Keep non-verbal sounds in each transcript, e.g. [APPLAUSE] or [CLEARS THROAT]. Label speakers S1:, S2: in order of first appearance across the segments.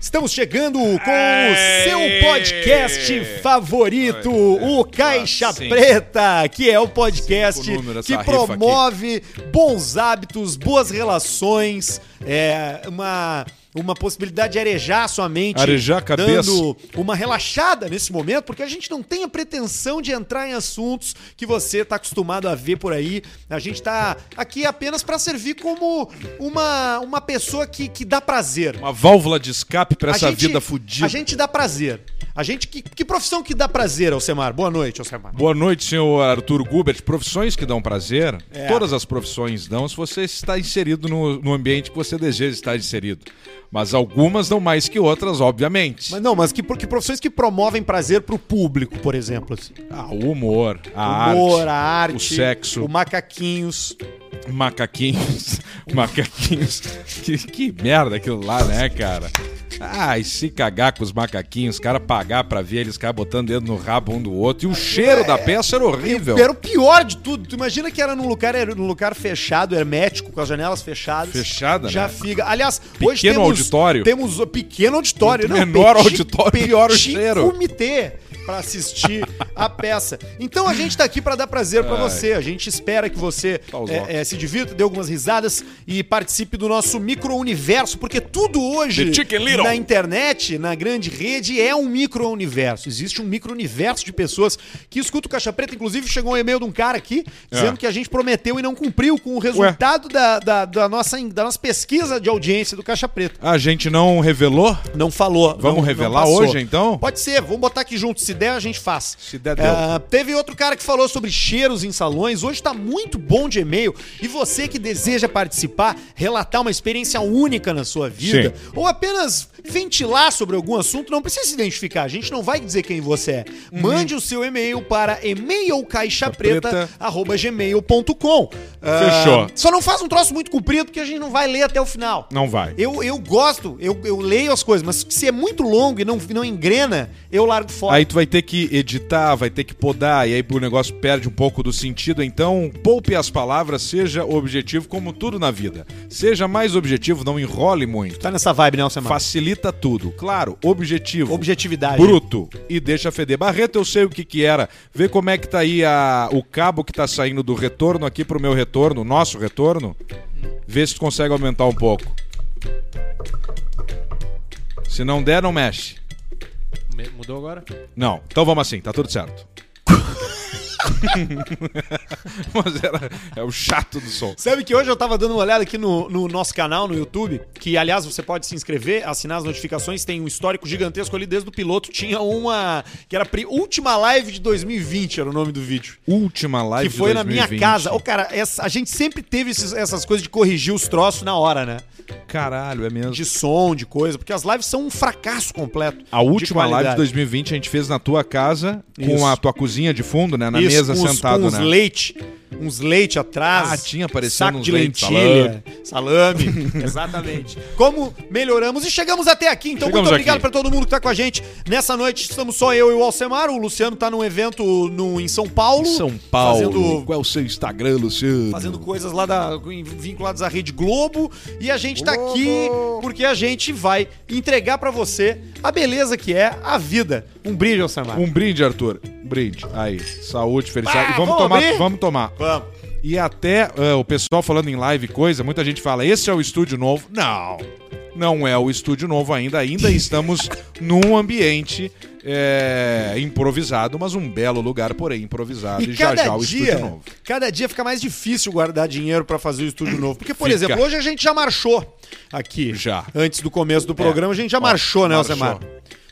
S1: Estamos chegando com o seu podcast favorito, o Caixa
S2: sim.
S1: Preta, que é o podcast
S2: Cinco números,
S1: que
S2: essa rifa aqui.
S1: promove bons hábitos, boas relações, é, uma. Uma possibilidade de arejar a sua mente.
S2: Arejar a cabeça.
S1: Dando uma relaxada nesse momento, porque a gente não tem a pretensão de entrar em assuntos que você está acostumado a ver por aí. A gente tá aqui apenas para servir como uma, uma pessoa que, que dá prazer.
S2: Uma válvula de escape pra
S1: A
S2: essa
S1: gente-
S2: vida
S1: A
S2: fudida.
S1: gente dá prazer. A gente. Que, que profissão que dá prazer, Alcemar? Boa noite, Alcemar.
S2: Boa noite, senhor Arthur Gubert. Profissões que dão prazer,
S1: É.
S2: todas as profissões dão, se você está inserido no, no ambiente que você deseja estar inserido. Mas algumas dão mais que outras, obviamente.
S1: Mas não, mas que, que profissões que promovem prazer pro público, por exemplo. assim?
S2: Ah, o humor, a
S1: Humor,
S2: arte,
S1: a arte,
S2: o sexo,
S1: o macaquinhos.
S2: macaquinhos, [LAUGHS] macaquinhos. Que, que merda aquilo lá, né, cara? Ai, se cagar com os macaquinhos, cara pagar pra ver eles, cara botando dedo no rabo um do outro. E o
S1: é,
S2: cheiro da peça era horrível.
S1: Era o pior de tudo. Tu imagina que era num lugar, era num lugar fechado, hermético, com as janelas fechadas.
S2: Fechada,
S1: Já
S2: né?
S1: fica. Aliás, hoje
S2: Pequeno
S1: temos,
S2: auditório.
S1: Temos o pequeno auditório,
S2: Quanto menor
S1: petit-
S2: auditório, pior o
S1: petit
S2: cheiro.
S1: comitê pra assistir a peça. Então a gente tá aqui pra dar prazer pra
S2: Ai.
S1: você. A gente espera que você
S2: Tá os
S1: é,
S2: óculos.
S1: é, se divirta, dê algumas risadas e participe do nosso micro-universo, porque tudo hoje
S2: The Chicken Little.
S1: na internet, na grande rede, é um micro-universo. Existe um micro-universo de pessoas que escutam o Caixa Preta. Inclusive, chegou um e-mail de um cara aqui dizendo
S2: É.
S1: que a gente prometeu e não cumpriu com o resultado da, da, da nossa, da nossa pesquisa de audiência do Caixa Preta.
S2: A gente não revelou?
S1: Não falou.
S2: Vamos
S1: não-
S2: revelar
S1: não passou.
S2: hoje, então?
S1: Pode ser, vamos botar aqui junto. Se der, a gente faz.
S2: Se der, deu.
S1: Ah, teve outro cara que falou sobre cheiros em salões. Hoje tá muito bom de e-mail. E você que deseja participar, relatar uma experiência única na sua vida, ou apenas ventilar sobre algum assunto, não precisa se identificar. A gente não vai dizer quem você é.
S2: Uhum.
S1: Mande o seu e-mail para
S2: Preta.
S1: e-mailcaixapreta.gmail.com.
S2: Fechou.
S1: Só não faz um troço muito comprido, porque a gente não vai ler até o final.
S2: Não vai.
S1: Eu, eu gosto, eu, eu leio as coisas, mas se é muito longo e não, não engrena, eu largo fora.
S2: Aí tu vai ter que editar, vai ter que podar, e aí o negócio perde um pouco do sentido. Então, poupe as palavras, seja objetivo, como tudo na vida. Seja mais objetivo, não enrole muito.
S1: Tá nessa vibe, né, Alcemar?
S2: Facilita tudo. Claro, objetivo.
S1: Objetividade.
S2: Bruto. E deixa feder. Barreto, eu sei o que que era. Vê como é que tá aí a, o cabo que tá saindo do retorno aqui pro meu retorno, nosso retorno. Vê se tu consegue aumentar um pouco. Se não der, não mexe.
S3: Me- Mudou agora?
S2: Não, então vamos assim, tá tudo certo. [LAUGHS] Mas era, é o chato do som.
S1: Sabe que hoje eu tava dando uma olhada aqui no, no nosso canal, no YouTube, que aliás você pode se inscrever, assinar as notificações, tem um histórico gigantesco ali desde o piloto. Tinha uma que era a pri- última live de 2020, era o nome do vídeo.
S2: Última live
S1: Que foi
S2: de
S1: na minha
S2: 2020.
S1: casa. Ô, cara, essa- a gente sempre teve esses- essas coisas de corrigir os troços na hora, né?
S2: Caralho, é mesmo.
S1: De som, de coisa, porque as lives são um fracasso completo.
S2: A última live de
S1: qualidade.
S2: 2020 a gente fez na tua casa,
S1: Isso.
S2: com a tua cozinha de fundo, né? Na
S1: Isso,
S2: mesa,
S1: com uns-
S2: sentado,
S1: com uns
S2: né?
S1: leite, uns leite atrás.
S2: Ah, tinha aparecendo
S1: Saco
S2: uns
S1: de
S2: leite,
S1: lentilha, salame.
S2: [LAUGHS]
S1: exatamente. Como melhoramos e chegamos até aqui. Então,
S2: Chegamos
S1: muito obrigado
S2: aqui.
S1: pra todo mundo que tá com a gente. Nessa noite estamos só eu e o Alcemar. O Luciano tá num evento no, em São Paulo.
S2: São Paulo.
S1: Fazendo...
S2: Qual é o seu Instagram, Luciano?
S1: Fazendo coisas lá da, vinculadas à Rede Globo. E a gente tá
S2: Globo.
S1: aqui porque a gente vai entregar pra você a beleza que é a vida. Um brinde, Alcemar.
S2: Um brinde, Arthur. Um brinde. Aí, saúde, felicidade.
S1: Ah,
S2: e vamos
S1: vamos
S2: tomar,
S1: abrir?
S2: vamos tomar.
S1: Vamos.
S2: E até ah, o pessoal falando em live e coisa, muita gente fala, esse é o estúdio novo. Não, não é o estúdio novo ainda. Ainda estamos num ambiente é, improvisado, mas um belo lugar, porém improvisado. E,
S1: E
S2: já
S1: cada
S2: já o
S1: dia,
S2: estúdio novo.
S1: cada dia fica mais difícil guardar dinheiro pra fazer o estúdio novo. Porque, por
S2: Fica.
S1: exemplo, hoje a gente já marchou aqui.
S2: Já.
S1: Antes do começo do programa, a gente já
S2: Ó,
S1: marchou, né,
S2: marchou.
S1: Alcemar?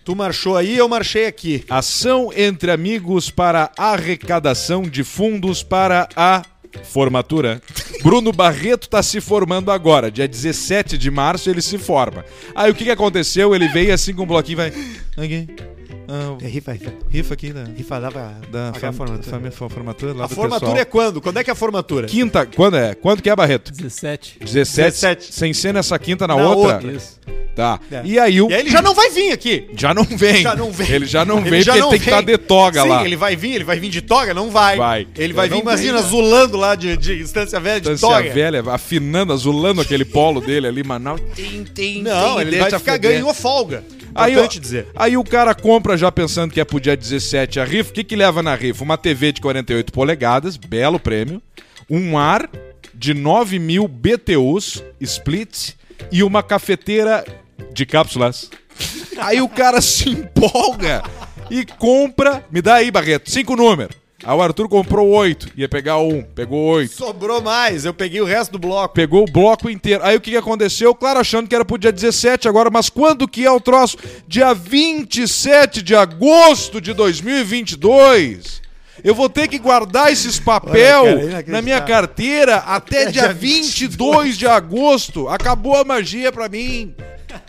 S1: Tu marchou aí, eu marchei aqui.
S2: Ação entre amigos para arrecadação de fundos para a formatura. Bruno Barreto está se formando agora, dia 17 de março ele se forma. Aí o que, que aconteceu? Ele veio assim com um bloquinho, vai. Aqui. ah,
S1: É, Rifa,
S2: rifa aqui da,
S1: rifa lá pra
S2: da
S1: pagar
S2: fam- fami-
S1: é formatura.
S2: fa- formatura lá
S1: A
S2: do
S1: formatura é
S2: pessoal.
S1: quando? Quando é que é a formatura?
S2: Quinta, quando é? Quando que é, Barreto?
S3: 17.
S2: 17,
S1: 17.
S2: Sem ser nessa quinta, na,
S1: Na
S2: outra?
S1: outra.
S3: Isso.
S2: Tá.
S1: É.
S2: E aí o.
S1: E aí ele já não vai vir aqui.
S2: Já não vem.
S1: Já não vem.
S2: Ele já não
S1: Ele
S2: vem
S1: já
S2: porque
S1: não
S2: ele tem que
S1: vem.
S2: estar de toga
S1: Sim,
S2: lá.
S1: ele vai vir, ele vai vir de toga? Não vai.
S2: Vai.
S1: Ele vai
S2: Ele
S1: vir,
S2: não
S1: imagina,
S2: vem, né?
S1: zulando lá de, de Estância Velha de
S2: Distância
S1: toga.
S2: velha, afinando, azulando aquele polo dele ali, Manaus.
S1: Não, ele vai
S2: deixa
S1: ficar
S2: feder.
S1: ganhou folga.
S2: Aí,
S1: Importante
S2: ó,
S1: dizer.
S2: aí o cara compra já pensando que é pro dia 17 a rifa. O que que leva na rifa? Uma TV de 48 polegadas, belo prêmio. Um ar de 9 mil BTUs, split. E uma cafeteira de cápsulas. Aí o cara se empolga e compra... Me dá aí, Barreto, cinco números. Aí o Arthur comprou oito. Ia pegar um, pegou oito.
S1: Sobrou mais, eu peguei o resto do bloco.
S2: Pegou o bloco inteiro. Aí o que, que aconteceu? Claro, achando que era pro dia 17 agora, mas quando que é o troço? Dia 27 de agosto de 2022. Eu vou ter que guardar esses papel
S1: Olha, cara, é inacreditável.
S2: na minha carteira até dia
S1: dia
S2: 22 de agosto. Acabou a magia pra mim.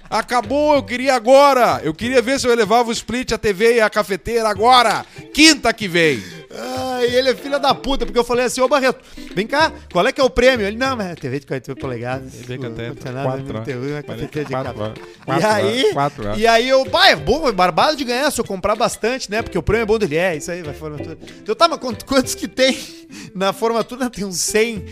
S2: Acabou, eu queria agora. Eu queria ver se eu levava o split, a TV e a cafeteira agora. Quinta que vem.
S1: Ai, ele é filha da puta, porque eu falei assim, ô Barreto, vem cá, qual é que é o prêmio? Ele, não, mas é TV de 48 polegadas.
S2: TV que
S1: não
S2: até-
S1: tem nada,
S2: quatro,
S1: não tem TV, é cafeteira de
S2: quatro,
S1: capa. E
S2: quatro,
S1: aí,
S2: quatro, quatro.
S1: e aí eu, pai, é bom, é barbado de ganhar se eu comprar bastante, né? Porque o prêmio é bom dele, é, isso aí, vai formatura. Eu tava, quantos, quantos que tem na formatura? Tem uns 100.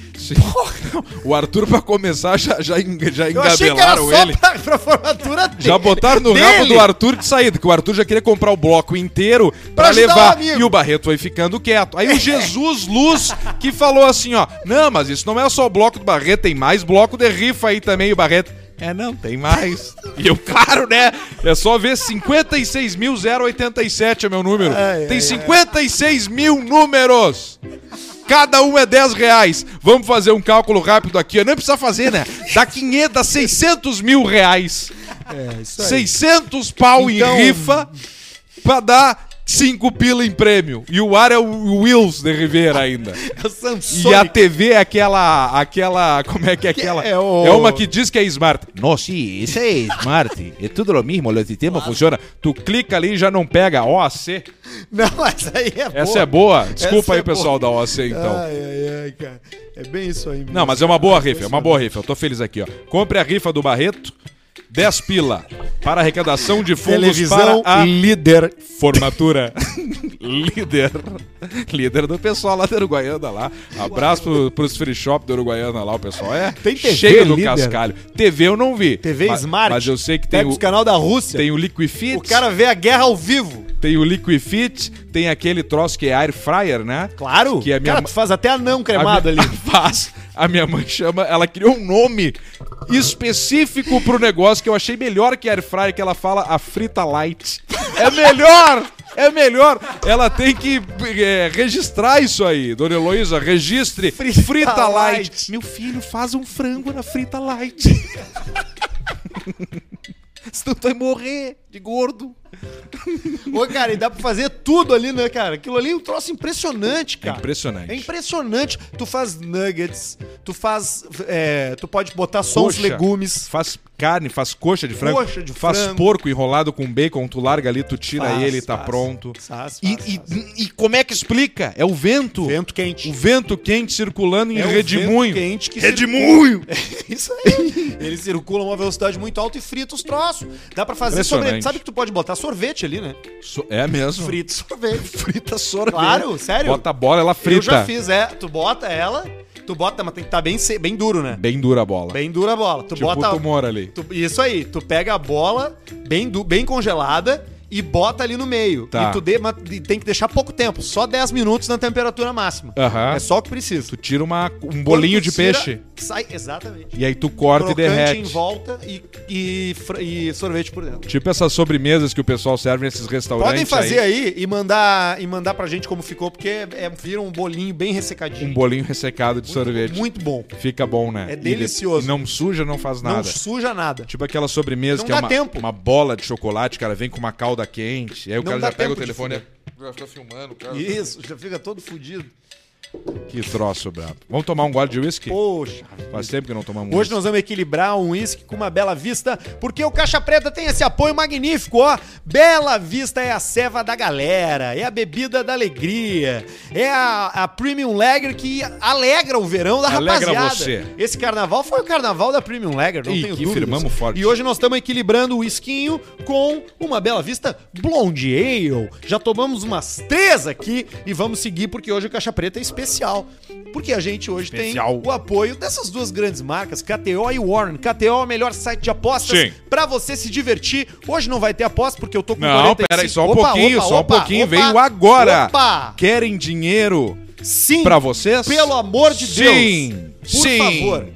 S1: Porra,
S2: O Arthur, pra começar, já, já, en- já
S1: eu achei que era
S2: engabelaram
S1: só
S2: ele.
S1: pra, pra formatura dele.
S2: Já botaram no rabo
S1: Dele.
S2: do Arthur de saída, que o Arthur já queria comprar o bloco inteiro pra,
S1: Pra ajudar
S2: levar.
S1: o amigo.
S2: e o Barreto foi ficando quieto.
S1: [LAUGHS]
S2: Aí o Jesus Luz que falou assim: ó, não, mas isso não é só o bloco do Barreto, tem mais bloco de rifa aí também. E o Barreto, é, não, tem mais. E eu, claro, né? É só ver 56.087 é meu número.
S1: Ai,
S2: tem
S1: ai,
S2: 56 mil números. Cada um é 10 reais. Vamos fazer um cálculo rápido aqui. Eu nem precisa fazer, né? Dá 500, dá 600 mil reais.
S1: É, isso aí.
S2: 600 pau
S1: Então-
S2: em rifa pra dar 5 pila em prêmio. E o ar é o Wills de Rivera ainda.
S1: É o Samsung.
S2: E a TV é aquela. aquela. Como é que é aquela?
S1: É o-
S2: uma que diz que é Smart. Nossa, isso é Smart. É tudo o mesmo, o sistema funciona. Tu clica ali e já não pega. OAC.
S1: Não, essa aí é boa.
S2: Essa é boa. Desculpa
S1: Essa
S2: aí,
S1: é boa.
S2: pessoal da OAC, então.
S1: Ai, ai, ai, cara. É bem isso aí mesmo.
S2: Não, mas é uma boa rifa, é uma boa rifa. Eu tô feliz aqui, ó. Compre a rifa do Barreto, 10 pila. Para arrecadação de fundos
S1: Televisão
S2: para a
S1: líder.
S2: formatura. [LAUGHS] Líder. Líder do pessoal lá da Uruguaiana lá. Abraço pro, pros free shop da Uruguaiana lá, o pessoal. É
S1: Tem TV
S2: cheio do
S1: líder?
S2: cascalho. TV eu não vi.
S1: TV
S2: Ma-
S1: Smart.
S2: Mas eu sei que tem
S1: Pega
S2: o,
S1: os canal da Rússia.
S2: tem o Liquifit.
S1: O cara vê a guerra ao vivo.
S2: Tem o Liquifit, tem aquele troço que é air fryer, né?
S1: Claro.
S2: Que a minha
S1: cara,
S2: ma-
S1: tu faz até anão cremado
S2: a minha, [LAUGHS]
S1: ali.
S2: Faz. A minha mãe chama, ela criou um nome específico pro negócio que eu achei melhor que a air fryer, que ela fala a frita light. É melhor! É melhor! Ela tem que é, registrar isso aí, dona Heloísa, registre frita,
S1: Frita
S2: light.
S1: light.
S2: Meu filho, faz um frango na frita light. Senão tu vai morrer de gordo.
S1: Ô, cara, e dá pra fazer tudo ali, né, cara? Aquilo ali é um troço impressionante,
S2: É
S1: cara.
S2: impressionante.
S1: É impressionante. Tu faz nuggets, tu faz. é, tu pode botar só os
S2: Coxa.
S1: legumes.
S2: Faz carne, faz coxa de frango,
S1: Coxa de
S2: faz
S1: frango.
S2: porco enrolado com bacon, tu larga ali, tu tira
S1: Faz,
S2: ele, tá
S1: faz,
S2: pronto.
S1: Faz, faz,
S2: E, e-
S1: faz.
S2: e como é que explica? É o vento.
S1: Vento quente.
S2: O vento quente circulando em
S1: É um vento
S2: redemoinho.
S1: quente que
S2: Redemoinho!
S1: [LAUGHS] Isso aí. Ele circula a uma velocidade muito alta e frita os troços. Dá pra fazer
S2: Impressionante.
S1: sorvete. Sabe que tu pode botar sorvete ali, né?
S2: So- É mesmo.
S1: Frita sorvete.
S2: Frita sorvete.
S1: Claro, sério.
S2: Bota a bola, ela frita.
S1: Eu já fiz, é. Tu bota ela, tu bota, mas tem que estar bem, se- bem duro, né?
S2: Bem dura a bola.
S1: Bem dura a bola. Tu
S2: tipo
S1: bota.
S2: tumor ali.
S1: tu- isso aí, tu pega a bola bem, du- bem congelada e bota ali no meio.
S2: Tá.
S1: E tu de- mas e tem que deixar pouco tempo, só 10 minutos na temperatura máxima.
S2: Aham.
S1: É só o que precisa.
S2: Tu tira uma, um bolinho
S1: Quando
S2: de
S1: tu tira,
S2: peixe.
S1: Sai, exatamente.
S2: E aí tu corta e derrete.
S1: em volta e, e, fr- e sorvete por dentro.
S2: Tipo essas sobremesas que o pessoal serve nesses restaurantes.
S1: Podem fazer aí, e mandar e mandar pra gente como ficou, porque é, vira um bolinho bem ressecadinho.
S2: Um bolinho ressecado de sorvete.
S1: Muito bom.
S2: Fica bom, né?
S1: É
S2: E de-
S1: delicioso.
S2: e não suja, não faz
S1: Não
S2: nada.
S1: suja nada.
S2: Tipo aquela sobremesa
S1: Não
S2: que é
S1: dá
S2: uma,
S1: tempo.
S2: uma bola de chocolate, cara, vem com uma calda quente. Aí o
S1: Não
S2: cara
S1: dá
S2: já pega
S1: tempo
S2: o
S1: de
S2: telefone e já fica filmando, cara. tá
S1: Isso, já fica todo fudido.
S2: Que troço brabo. Vamos tomar um gole de uísque?
S1: Poxa.
S2: Faz tempo que não tomamos
S1: Hoje
S2: uísque.
S1: nós vamos equilibrar um uísque com uma Bela Vista, porque o Caixa Preta tem esse apoio magnífico, ó. Bela Vista é a ceva da galera, é a bebida da alegria, é a, a Premium Lager que alegra o verão da
S2: Alegra
S1: rapaziada.
S2: você.
S1: Esse carnaval foi o carnaval da Premium Lager, não
S2: Ih,
S1: tenho
S2: que
S1: dúvidas.
S2: firmamos forte.
S1: E hoje nós estamos equilibrando o esquinho com uma Bela Vista Blonde Ale. Já tomamos umas três aqui e vamos seguir porque hoje o Caixa Preta é especial. Porque a gente hoje
S2: Especial.
S1: tem o apoio dessas duas grandes marcas, KTO e Warren. KTO é o melhor site de apostas
S2: Sim.
S1: para você se divertir. Hoje não vai ter aposta porque eu tô com
S2: Não,
S1: 45.
S2: peraí, só um
S1: Opa,
S2: pouquinho,
S1: opa,
S2: só um
S1: opa,
S2: pouquinho.
S1: opa,
S2: Veio agora.
S1: Opa!
S2: Querem dinheiro
S1: Sim.
S2: pra vocês?
S1: Pelo amor de Deus.
S2: Sim,
S1: Por
S2: sim.
S1: favor.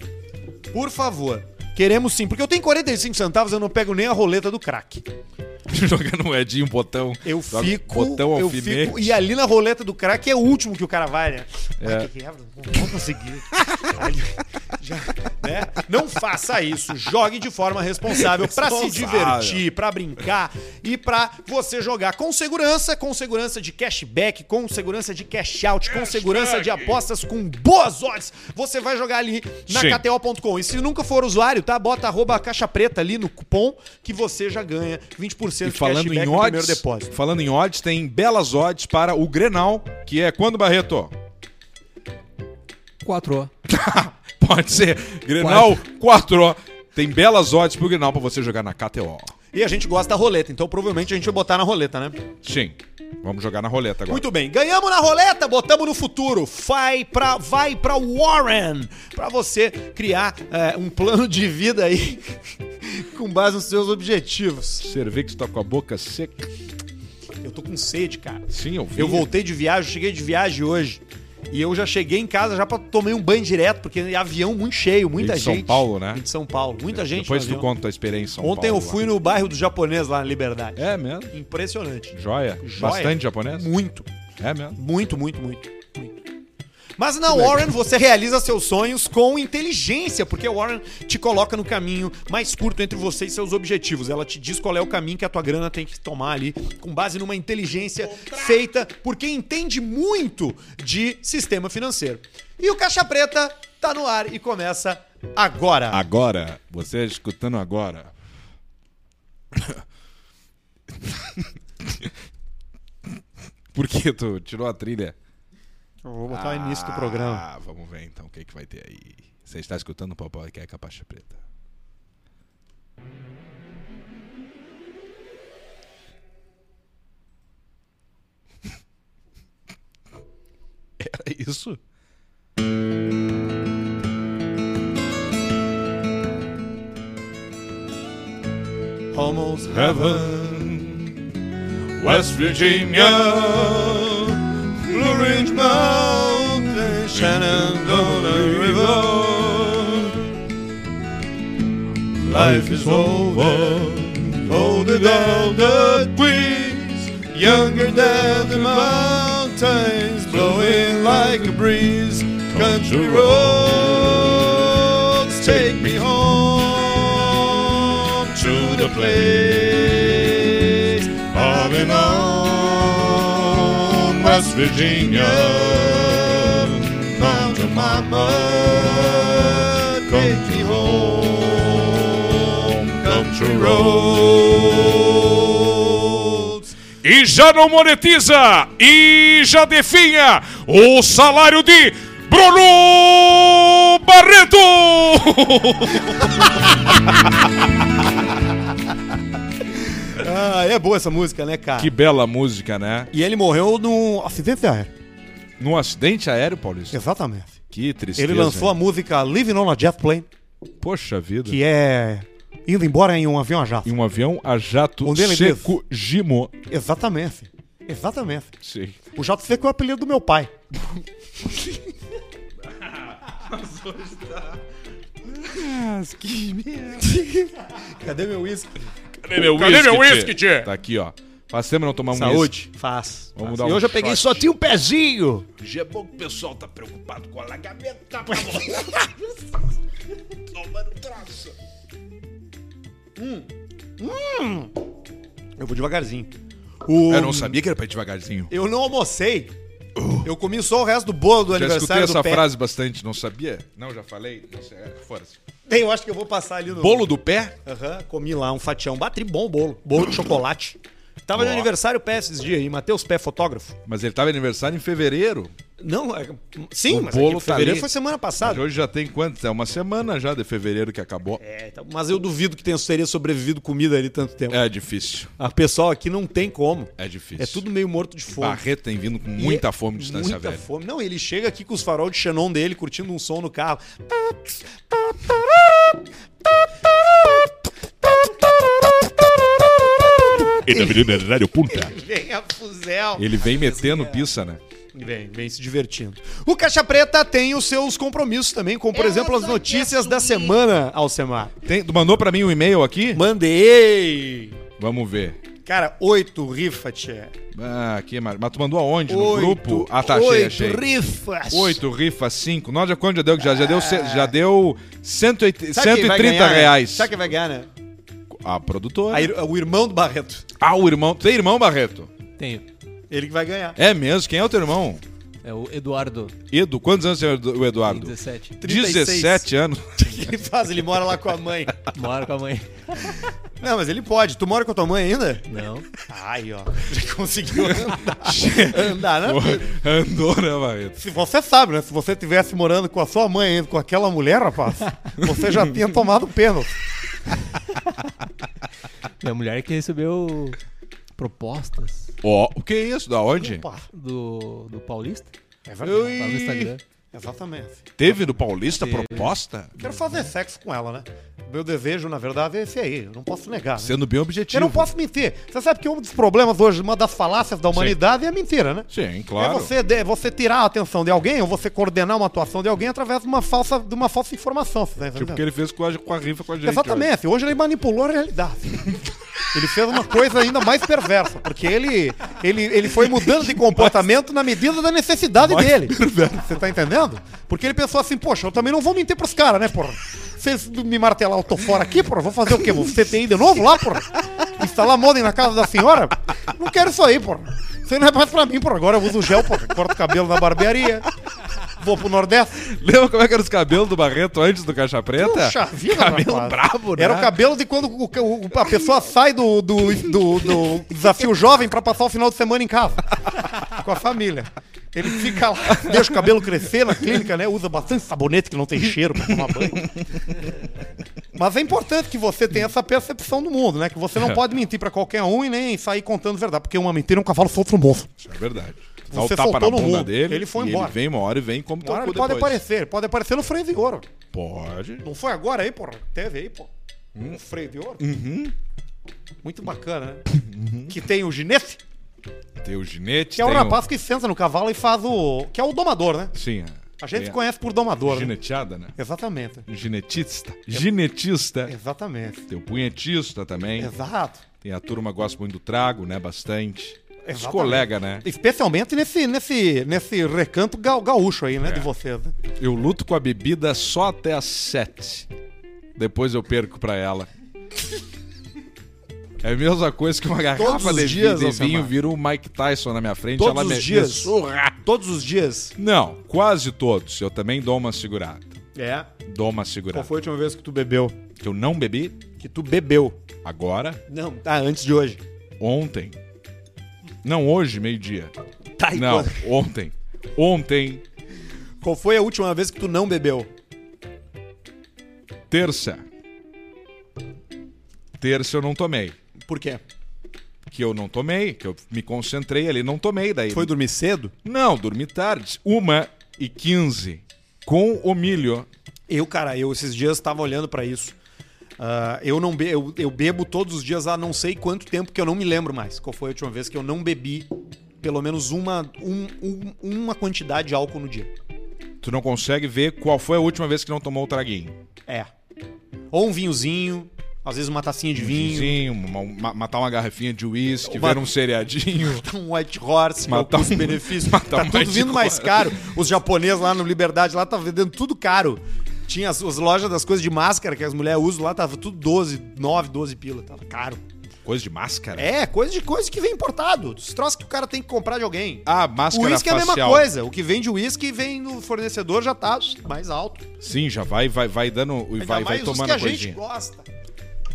S1: Por favor. Queremos sim, porque eu tenho 45 centavos, eu não pego nem a roleta do crack.
S2: [LAUGHS] Joga no Edinho botão.
S1: Eu
S2: Joga
S1: fico,
S2: Botão
S1: eu
S2: alfinete.
S1: fico. E ali na roleta do crack é o último que o cara vai, né?
S2: É.
S1: Ai, que que é? Não vou conseguir. Aí, já, né? Não faça isso. Jogue de forma responsável pra se
S2: Responsável.
S1: divertir, pra brincar e pra você jogar com segurança, com segurança de cashback, com segurança de cash out, com segurança de apostas com boas odds. Você vai jogar ali na
S2: Sim.
S1: KTO.com. E se nunca for usuário, tá? Bota arroba caixa preta ali no cupom que você já ganha 20%
S2: E
S1: de
S2: falando
S1: cashback
S2: em
S1: no primeiro
S2: odds,
S1: depósito.
S2: falando em odds, tem belas odds para o Grenal, que é quando, Barreto? [LAUGHS]
S4: 4
S2: Pode ser. Grenal 4 Tem belas odds pro Grenal pra você jogar na KTO.
S1: E a gente gosta da roleta, então provavelmente a gente vai botar na roleta, né?
S2: Sim. Vamos jogar na roleta agora.
S1: Muito bem, ganhamos na roleta, botamos no futuro. Vai pra, vai pra Warren, pra você criar é, um plano de vida aí [LAUGHS] com base nos seus objetivos.
S2: Cerveja que tu tá com a boca seca.
S1: Eu tô com sede, cara.
S2: Sim, eu vi.
S1: Eu voltei de viagem, cheguei de viagem hoje. E eu já cheguei em casa, já pra, tomei um banho direto, porque é avião muito cheio, muita
S2: Vem de São
S1: gente.
S2: Paulo, né?
S1: Vem De São Paulo, muita gente.
S2: Depois
S1: no
S2: tu
S1: avião.
S2: conta a experiência em São
S1: Ontem eu
S2: Paulo lá.
S1: fui no bairro do japonês lá na Liberdade.
S2: É mesmo?
S1: Impressionante.
S2: Joia?
S1: Joia.
S2: Bastante japonês?
S1: Muito.
S2: É mesmo?
S1: Muito, muito, muito. muito. Mas na Warren você realiza seus sonhos com inteligência, porque a Warren te coloca no caminho mais curto entre você e seus objetivos. Ela te diz qual é o caminho que a tua grana tem que tomar ali, com base numa inteligência feita por quem entende muito de sistema financeiro. E o Caixa Preta tá no ar e começa agora.
S2: Agora, você escutando agora. [LAUGHS] Por que tu tirou a trilha?
S1: Eu vou botar o início do programa.
S2: Ah, vamos ver então o que, que vai ter aí. Você está escutando o Popó que é Capacha Preta. [LAUGHS] Era isso?
S1: Almost
S2: Heaven, West Virginia, Blue Ridge Mountain, Shenandoah River. Life is over, older than the trees, younger than the mountains, blowing like a breeze. Country roads take me home to the place of an old West Virginia. Come to mama, come to home, country roads. E já não monetiza, e já definha o salário de Bruno Barreto!
S1: Ah, é boa essa música, né, cara?
S2: [LAUGHS] Que bela música, né?
S1: E ele morreu num acidente aéreo.
S2: Num acidente aéreo, Paulista.
S1: Exatamente.
S2: Que tristeza.
S1: Ele lançou a
S2: hein?
S1: música Living on a Jet Plane,
S2: Poxa vida.
S1: que é indo embora em um avião a jato.
S2: E um avião a jato
S1: Onde ele
S2: seco Gimo.
S1: Exatamente. Exatamente.
S2: Sim.
S1: O jato seco é o apelido do meu [LAUGHS] pai. tá- Cadê meu uísque?
S2: Cadê meu
S5: Cadê meu whisky, tchê?
S2: Tá aqui, ó. Faz tempo não tomar um
S1: Saúde. Faz.
S2: Vamos
S1: Faz.
S2: dar
S1: e
S2: um
S1: hoje eu peguei
S2: shot.
S1: só tinha um pezinho.
S5: Já é bom que o pessoal tá preocupado com o alagamento, tá
S1: [LAUGHS]
S5: bom? Tomando um traça.
S1: Hum. Eu vou devagarzinho. O...
S2: Eu não sabia que era pra ir devagarzinho.
S1: Eu não almocei. Eu comi só o resto do bolo do
S2: Já escutei
S1: aniversário
S2: essa
S1: do pé.
S2: frase bastante, não sabia? Não, já falei? Não sei, é, foda-se.
S1: Tem, Eu acho que eu vou passar ali no...
S2: Bolo do pé?
S1: Aham, comi lá um fatião. Batri bom o bolo. Bolo de chocolate. Tava de
S2: Ó.
S1: aniversário pé esses dias aí. Matheus Pé, fotógrafo.
S2: Mas ele tava aniversário em fevereiro.
S1: Não, é- sim,
S2: O
S1: mas
S2: bolo
S1: aqui,
S2: tá
S1: fevereiro
S2: ali.
S1: foi semana
S2: Mas
S1: passada.
S2: hoje já tem quanto? É uma semana já de fevereiro que acabou.
S1: É, tá- mas eu duvido que tenha, teria sobrevivido comida ali tanto tempo.
S2: É difícil.
S1: A pessoal aqui não tem como.
S2: É difícil.
S1: É tudo meio morto de fome.
S2: Barreto tem vindo com muita fome de distância
S1: Muita
S2: velha.
S1: fome. Não, ele chega aqui com os farol de Xenon dele, curtindo um som no carro. Vem a fuzel.
S2: Ele vem metendo pizza, né?
S1: Vem, vem se divertindo. O Caixa Preta tem os seus compromissos também, como, por exemplo, as notícias da semana, Alcemar.
S2: Tem- tu mandou pra mim um e-mail aqui?
S1: Mandei!
S2: Vamos ver.
S1: Cara, oito rifa, tchê.
S2: Ah, aqui, Mar... mas tu mandou aonde? No
S1: Oito,
S2: grupo? Ah, tá, achei,
S1: oito
S2: achei.
S1: rifas.
S2: Oito rifas, cinco. Nós já quanto já deu? que Já, já deu, ce- já deu 180,
S1: É. Sabe quem vai
S2: 130
S1: ganhar, né?
S2: reais.
S1: Sabe quem vai ganhar, né?
S2: A produtora.
S1: A ir- o irmão do Barreto.
S2: Ah, o irmão. Tem irmão, Barreto?
S3: Tenho.
S1: Ele que vai ganhar. [LAUGHS]
S2: É mesmo? Quem é o teu irmão?
S3: É o Eduardo,
S2: Edu. Quantos anos tem o Edu- o
S3: tem
S2: Eduardo?
S3: 17.
S1: 36.
S2: 17 anos.
S1: O que ele faz? Ele mora lá com a mãe.
S3: Mora com a mãe.
S1: Não, mas ele pode. Tu mora com a tua mãe ainda?
S3: Não.
S1: Ai, ó. Já conseguiu [LAUGHS] andar. andar, [LAUGHS] né?
S2: Andou, né, Barreto?
S1: Se você sabe, né? Se você estivesse morando com a sua mãe ainda, com aquela mulher, rapaz, você já [LAUGHS] tinha tomado pênalti.
S3: Minha mulher que recebeu propostas
S2: Ó, o que é isso? Da onde?
S1: Opa.
S3: do, do Paulista.
S1: É
S2: Ui.
S1: verdade.
S3: Lá no Instagram.
S1: Exatamente.
S2: Teve do Paulista proposta?
S1: Quero fazer sexo com ela, né? Meu desejo, na verdade, é esse aí. Eu não posso negar. Né?
S2: Sendo bem
S1: Eu
S2: objetivo.
S1: não posso mentir. Você sabe que um dos problemas hoje, uma das falácias da humanidade é a mentira, né?
S2: Sim, claro.
S1: É você, de- você tirar a atenção de alguém ou você coordenar uma atuação de alguém através de uma falsa, de uma falsa informação. Você tá
S2: Tipo
S1: entendendo?
S2: o que ele fez com a, com a rifa com a gente.
S1: Exatamente. Hoje ele manipulou a realidade. [LAUGHS] Ele fez uma coisa ainda mais perversa, porque ele, ele, ele foi mudando de comportamento na medida da necessidade dele. Você tá entendendo? Porque ele pensou assim, poxa, eu também não vou mentir pros caras, né, porra? Se eles me martelar, eu tô fora aqui, porra, vou fazer o quê? Vou CTI de novo lá, porra? Instalar modem na casa da senhora? Não quero isso aí, porra. Isso aí não é mais pra mim, porra. Agora eu uso gel, porra. Corto o cabelo na barbearia. Vou pro Nordeste.
S2: Lembra como é que eram os cabelos do Barreto antes do Caixa Preta?
S1: Puxa vida,
S2: cabelo
S1: rapaz.
S2: brabo, né?
S1: Era o cabelo de quando o- o- a pessoa sai do, do, do- do desafio jovem pra passar o final de semana em casa. Com a família. Ele fica lá, deixa o cabelo crescer na clínica, né? Usa bastante sabonete que não tem cheiro pra tomar banho. Mas é importante que você tenha essa percepção do mundo, né? Que você
S2: É.
S1: não pode mentir pra qualquer um e nem sair contando verdade. Porque uma mentira é um cavalo solto no monstro.
S2: Isso é verdade. Dá o
S1: Você
S2: tapa na
S1: soltou no
S2: bunda
S1: mundo.
S2: dele.
S1: Ele foi
S2: e
S1: embora.
S2: Ele vem uma hora e vem como
S1: Agora
S2: teu
S1: ele
S2: cu
S1: pode
S2: depois.
S1: aparecer, ele pode aparecer no freio de ouro.
S2: Pode.
S1: Não foi agora aí, porra? Teve aí, pô. Um freio de ouro.
S2: Uhum.
S1: Muito bacana, né? Que tem o ginete,
S2: Tem o ginete.
S1: que é o
S2: Uhum. tem
S1: rapaz que senta no cavalo e faz o. que é o domador, né?
S2: Sim.
S1: A gente
S2: tem
S1: conhece por domador. Né?
S2: Gineteada, né?
S1: Exatamente.
S2: Ginetista. Ginetista.
S1: Exatamente.
S2: Tem o punhetista também.
S1: Exato.
S2: Tem a turma que gosta muito do trago, né? Bastante. Os
S1: Exatamente.
S2: colegas, né?
S1: Especialmente nesse, nesse, nesse recanto ga- gaúcho
S2: É.
S1: aí, né? De vocês. né?
S2: Eu luto com a bebida só até as sete. Depois eu perco pra ela. É a mesma coisa que uma garrafa
S1: os
S2: de,
S1: dias,
S2: de
S1: Alcemar.
S2: vinho vira o Mike Tyson na minha frente.
S1: Todos
S2: ela
S1: os
S2: me- me
S1: dias.
S2: surra.
S1: Todos os dias.
S2: Não, quase todos. Eu também dou uma segurada.
S1: É.
S2: Dou uma
S1: Qual
S2: segurada.
S1: foi a última vez que tu bebeu?
S2: Que eu não bebi
S1: Que tu bebeu.
S2: agora,
S1: Não. Ah, antes de hoje.
S2: ontem. Não hoje, meio-dia.
S1: Tá, e
S2: Não,
S1: quando-
S2: ontem. Ontem,
S1: Qual foi a última vez que tu não bebeu?
S2: terça. Terça eu não tomei.
S1: Por quê?
S2: Que eu não tomei, que eu me concentrei ali, não tomei daí.
S1: Foi dormir cedo?
S2: Não, dormi tarde. Uma e quinze. Com o milho.
S1: Eu, cara, eu esses dias tava olhando pra isso. Ah, eu não be eu, eu bebo todos os dias há não sei quanto tempo que eu não me lembro mais. Qual foi a última vez que eu não bebi pelo menos uma, um- um- uma quantidade de álcool no dia?
S2: Tu não consegue ver qual foi a última vez que não tomou o traguinho.
S1: É. Ou um vinhozinho, às vezes uma tacinha
S2: Um
S1: de vinho,
S2: Vinho, uma- uma- matar uma garrafinha de uísque,
S1: Uma-
S2: ver um seriadinho.
S1: [LAUGHS] um white horse, que é o
S2: Matar um-
S1: custo-benefício.
S2: [LAUGHS] matar
S1: tá
S2: um
S1: tudo
S2: white
S1: vindo mais
S2: horse.
S1: caro. Os japoneses lá no Liberdade lá tá vendendo tudo caro. Tinha as, as lojas das coisas de máscara que as mulheres usam lá, tava tudo 12, 9, 12 pila, tava caro.
S2: Coisa de máscara?
S1: É, coisa de coisa que vem importado. Os troços que o cara tem que comprar de alguém.
S2: Ah,
S1: o
S2: máscara
S1: uísque é a
S2: facial.
S1: mesma coisa. O que vem de uísque vem do fornecedor já tá mais alto.
S2: Sim, já vai, vai, vai dando e
S1: Ainda
S2: vai, vai
S1: mais os
S2: tomando
S1: que
S2: a
S1: a gente
S2: coisinha.
S1: gosta.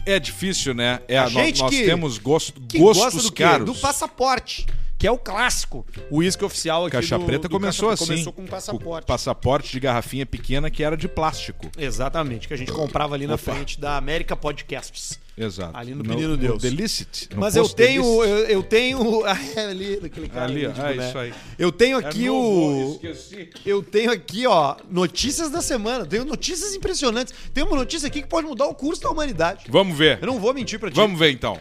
S2: É difícil, né? É,
S1: A
S2: nó-
S1: gente
S2: nós
S1: que-
S2: temos gosto,
S1: Que
S2: gostos
S1: gosta do quê?
S2: caros.
S1: Do passaporte, que é o clássico. O uísque oficial aqui
S2: Caixa
S1: do-
S2: Preta
S1: do
S2: começou
S1: Caixa-
S2: assim.
S1: Começou com passaporte.
S2: O passaporte de garrafinha pequena que era de plástico.
S1: Exatamente, que a gente comprava ali na
S2: Opa.
S1: frente da América Podcasts.
S2: Exato.
S1: Ali no Menino Deus.
S2: Delicit. no
S1: Mas eu
S2: posto
S1: tenho,
S2: Delicit.
S1: eu, eu tenho. [LAUGHS] Ah, é ali, é daquele cara
S2: Ali, ó.
S1: de
S2: Ah,
S1: boné.
S2: isso aí.
S1: Eu tenho
S2: É
S1: aqui
S2: novo,
S1: o.
S2: Esqueci.
S1: Eu tenho aqui, ó, notícias da semana. Tenho notícias impressionantes. Tem uma notícia aqui que pode mudar o curso da humanidade.
S2: Vamos ver.
S1: Eu não vou mentir pra ti.
S2: Vamos ver então.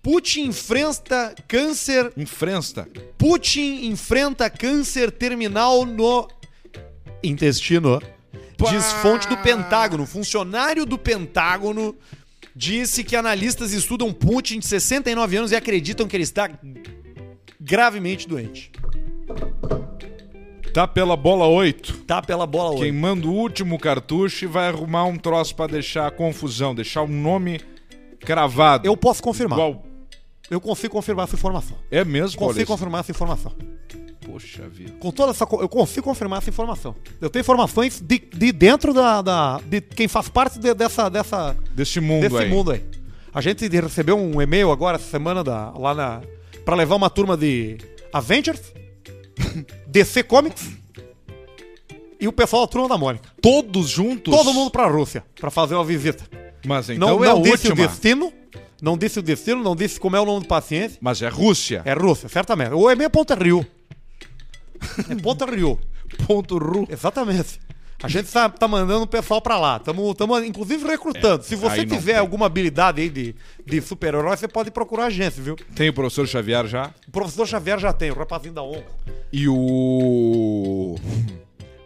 S1: Putin enfrenta câncer.
S2: Enfrensta.
S1: Putin enfrenta câncer terminal no intestino. Diz fonte do Pentágono. Funcionário do Pentágono disse que analistas estudam Putin de 69 anos e acreditam que ele está gravemente doente.
S2: Tá pela bola 8.
S1: Tá pela bola hoje.
S2: Queimando o último cartucho e vai arrumar um troço pra deixar a confusão, deixar o nome cravado.
S1: Eu posso confirmar.
S2: Igual.
S1: Eu confio confirmar essa informação.
S2: É mesmo,
S1: Confio
S2: Paulista?
S1: confirmar essa informação.
S2: Poxa vida.
S1: Com toda essa, co- eu confio confirmar essa informação. Eu tenho informações de, de dentro da, da- de quem faz parte de- dessa, dessa,
S2: Desse mundo
S1: desse
S2: aí.
S1: mundo aí. A gente recebeu um e-mail agora essa semana da, lá na para levar uma turma de Avengers, [LAUGHS] DC Comics e o pessoal da turma da Mônica.
S2: Todos juntos?
S1: Todo mundo pra Rússia pra fazer uma visita.
S2: Mas então
S1: não
S2: é
S1: não
S2: a
S1: disse o
S2: última.
S1: destino, não disse o destino, não disse como é o nome do paciente.
S2: Mas é Rússia.
S1: É Rússia, certamente. Ou é meio Ponta
S2: [LAUGHS]
S1: Rio. É Ponta Rio.
S2: Ponto Ru.
S1: Exatamente. A gente tá, tá mandando o pessoal pra lá. Estamos, inclusive, recrutando. Se você
S2: É, aí não
S1: tiver
S2: tem.
S1: alguma habilidade aí de, de super-herói, você pode procurar a gente, viu?
S2: Tem o professor Xavier já.
S1: O professor Xavier já tem, o rapazinho da ONU.
S2: E o.